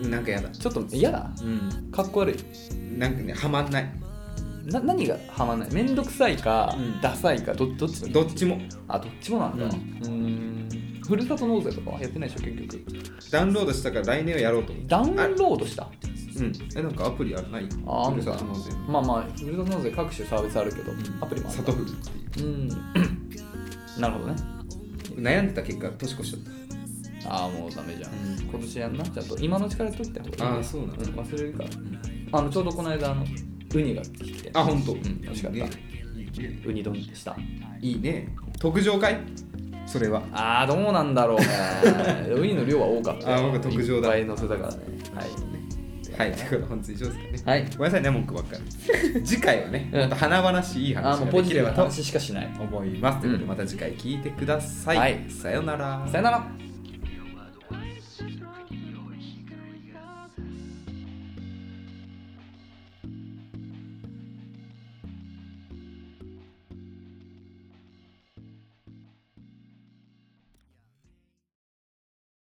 [SPEAKER 2] うの
[SPEAKER 1] なんかやだ
[SPEAKER 2] ちょっと嫌だ
[SPEAKER 1] うん
[SPEAKER 2] かっこ悪い
[SPEAKER 1] なんかねはまんない
[SPEAKER 2] な何がハマんないめんどくさいか、
[SPEAKER 1] うん
[SPEAKER 2] ダサいかどどっち
[SPEAKER 1] どっちも
[SPEAKER 2] あどっちもなんだ
[SPEAKER 1] う
[SPEAKER 2] うんーんふるさと納税とかはやってないでしょ結局
[SPEAKER 1] ダウンロードしたから来年はやろうと思って
[SPEAKER 2] ダウンロードした
[SPEAKER 1] うんえなんかアプリあるない
[SPEAKER 2] あある
[SPEAKER 1] ふ
[SPEAKER 2] か
[SPEAKER 1] るさと納税
[SPEAKER 2] まあまあふるさと納税各種サービスあるけど、アプリもある
[SPEAKER 1] 里藤っていう
[SPEAKER 2] うん なるほどね
[SPEAKER 1] 悩んでた結果年越しちゃった
[SPEAKER 2] ああもうダメじゃん、
[SPEAKER 1] うん
[SPEAKER 2] 今年やんなちゃんと今のうちからやっといた方がいい
[SPEAKER 1] あーそうなの
[SPEAKER 2] ん忘れるから、あのちょうどこの間あのウニが来て
[SPEAKER 1] あ本当。
[SPEAKER 2] うん美味しかった
[SPEAKER 1] いいね
[SPEAKER 2] ウニ丼でした
[SPEAKER 1] いいね特上会それは
[SPEAKER 2] ああどうなんだろう ねウニの量は多かったよ
[SPEAKER 1] あー僕特上だ
[SPEAKER 2] いっぱい乗せたからねはい
[SPEAKER 1] はいということで本日以上ですかね
[SPEAKER 2] は
[SPEAKER 1] ご
[SPEAKER 2] い
[SPEAKER 1] めんなさいね文句ばっか り次回はね
[SPEAKER 2] うん
[SPEAKER 1] また華々しい
[SPEAKER 2] あ
[SPEAKER 1] 話
[SPEAKER 2] ーもう
[SPEAKER 1] が
[SPEAKER 2] ポ
[SPEAKER 1] で
[SPEAKER 2] ジ
[SPEAKER 1] き
[SPEAKER 2] テ
[SPEAKER 1] れ
[SPEAKER 2] ィブ
[SPEAKER 1] ば
[SPEAKER 2] な
[SPEAKER 1] と
[SPEAKER 2] 話しかしない
[SPEAKER 1] 思いますということで
[SPEAKER 2] うん
[SPEAKER 1] また次回聞いてください、
[SPEAKER 2] はい
[SPEAKER 1] さようなら
[SPEAKER 2] さよなら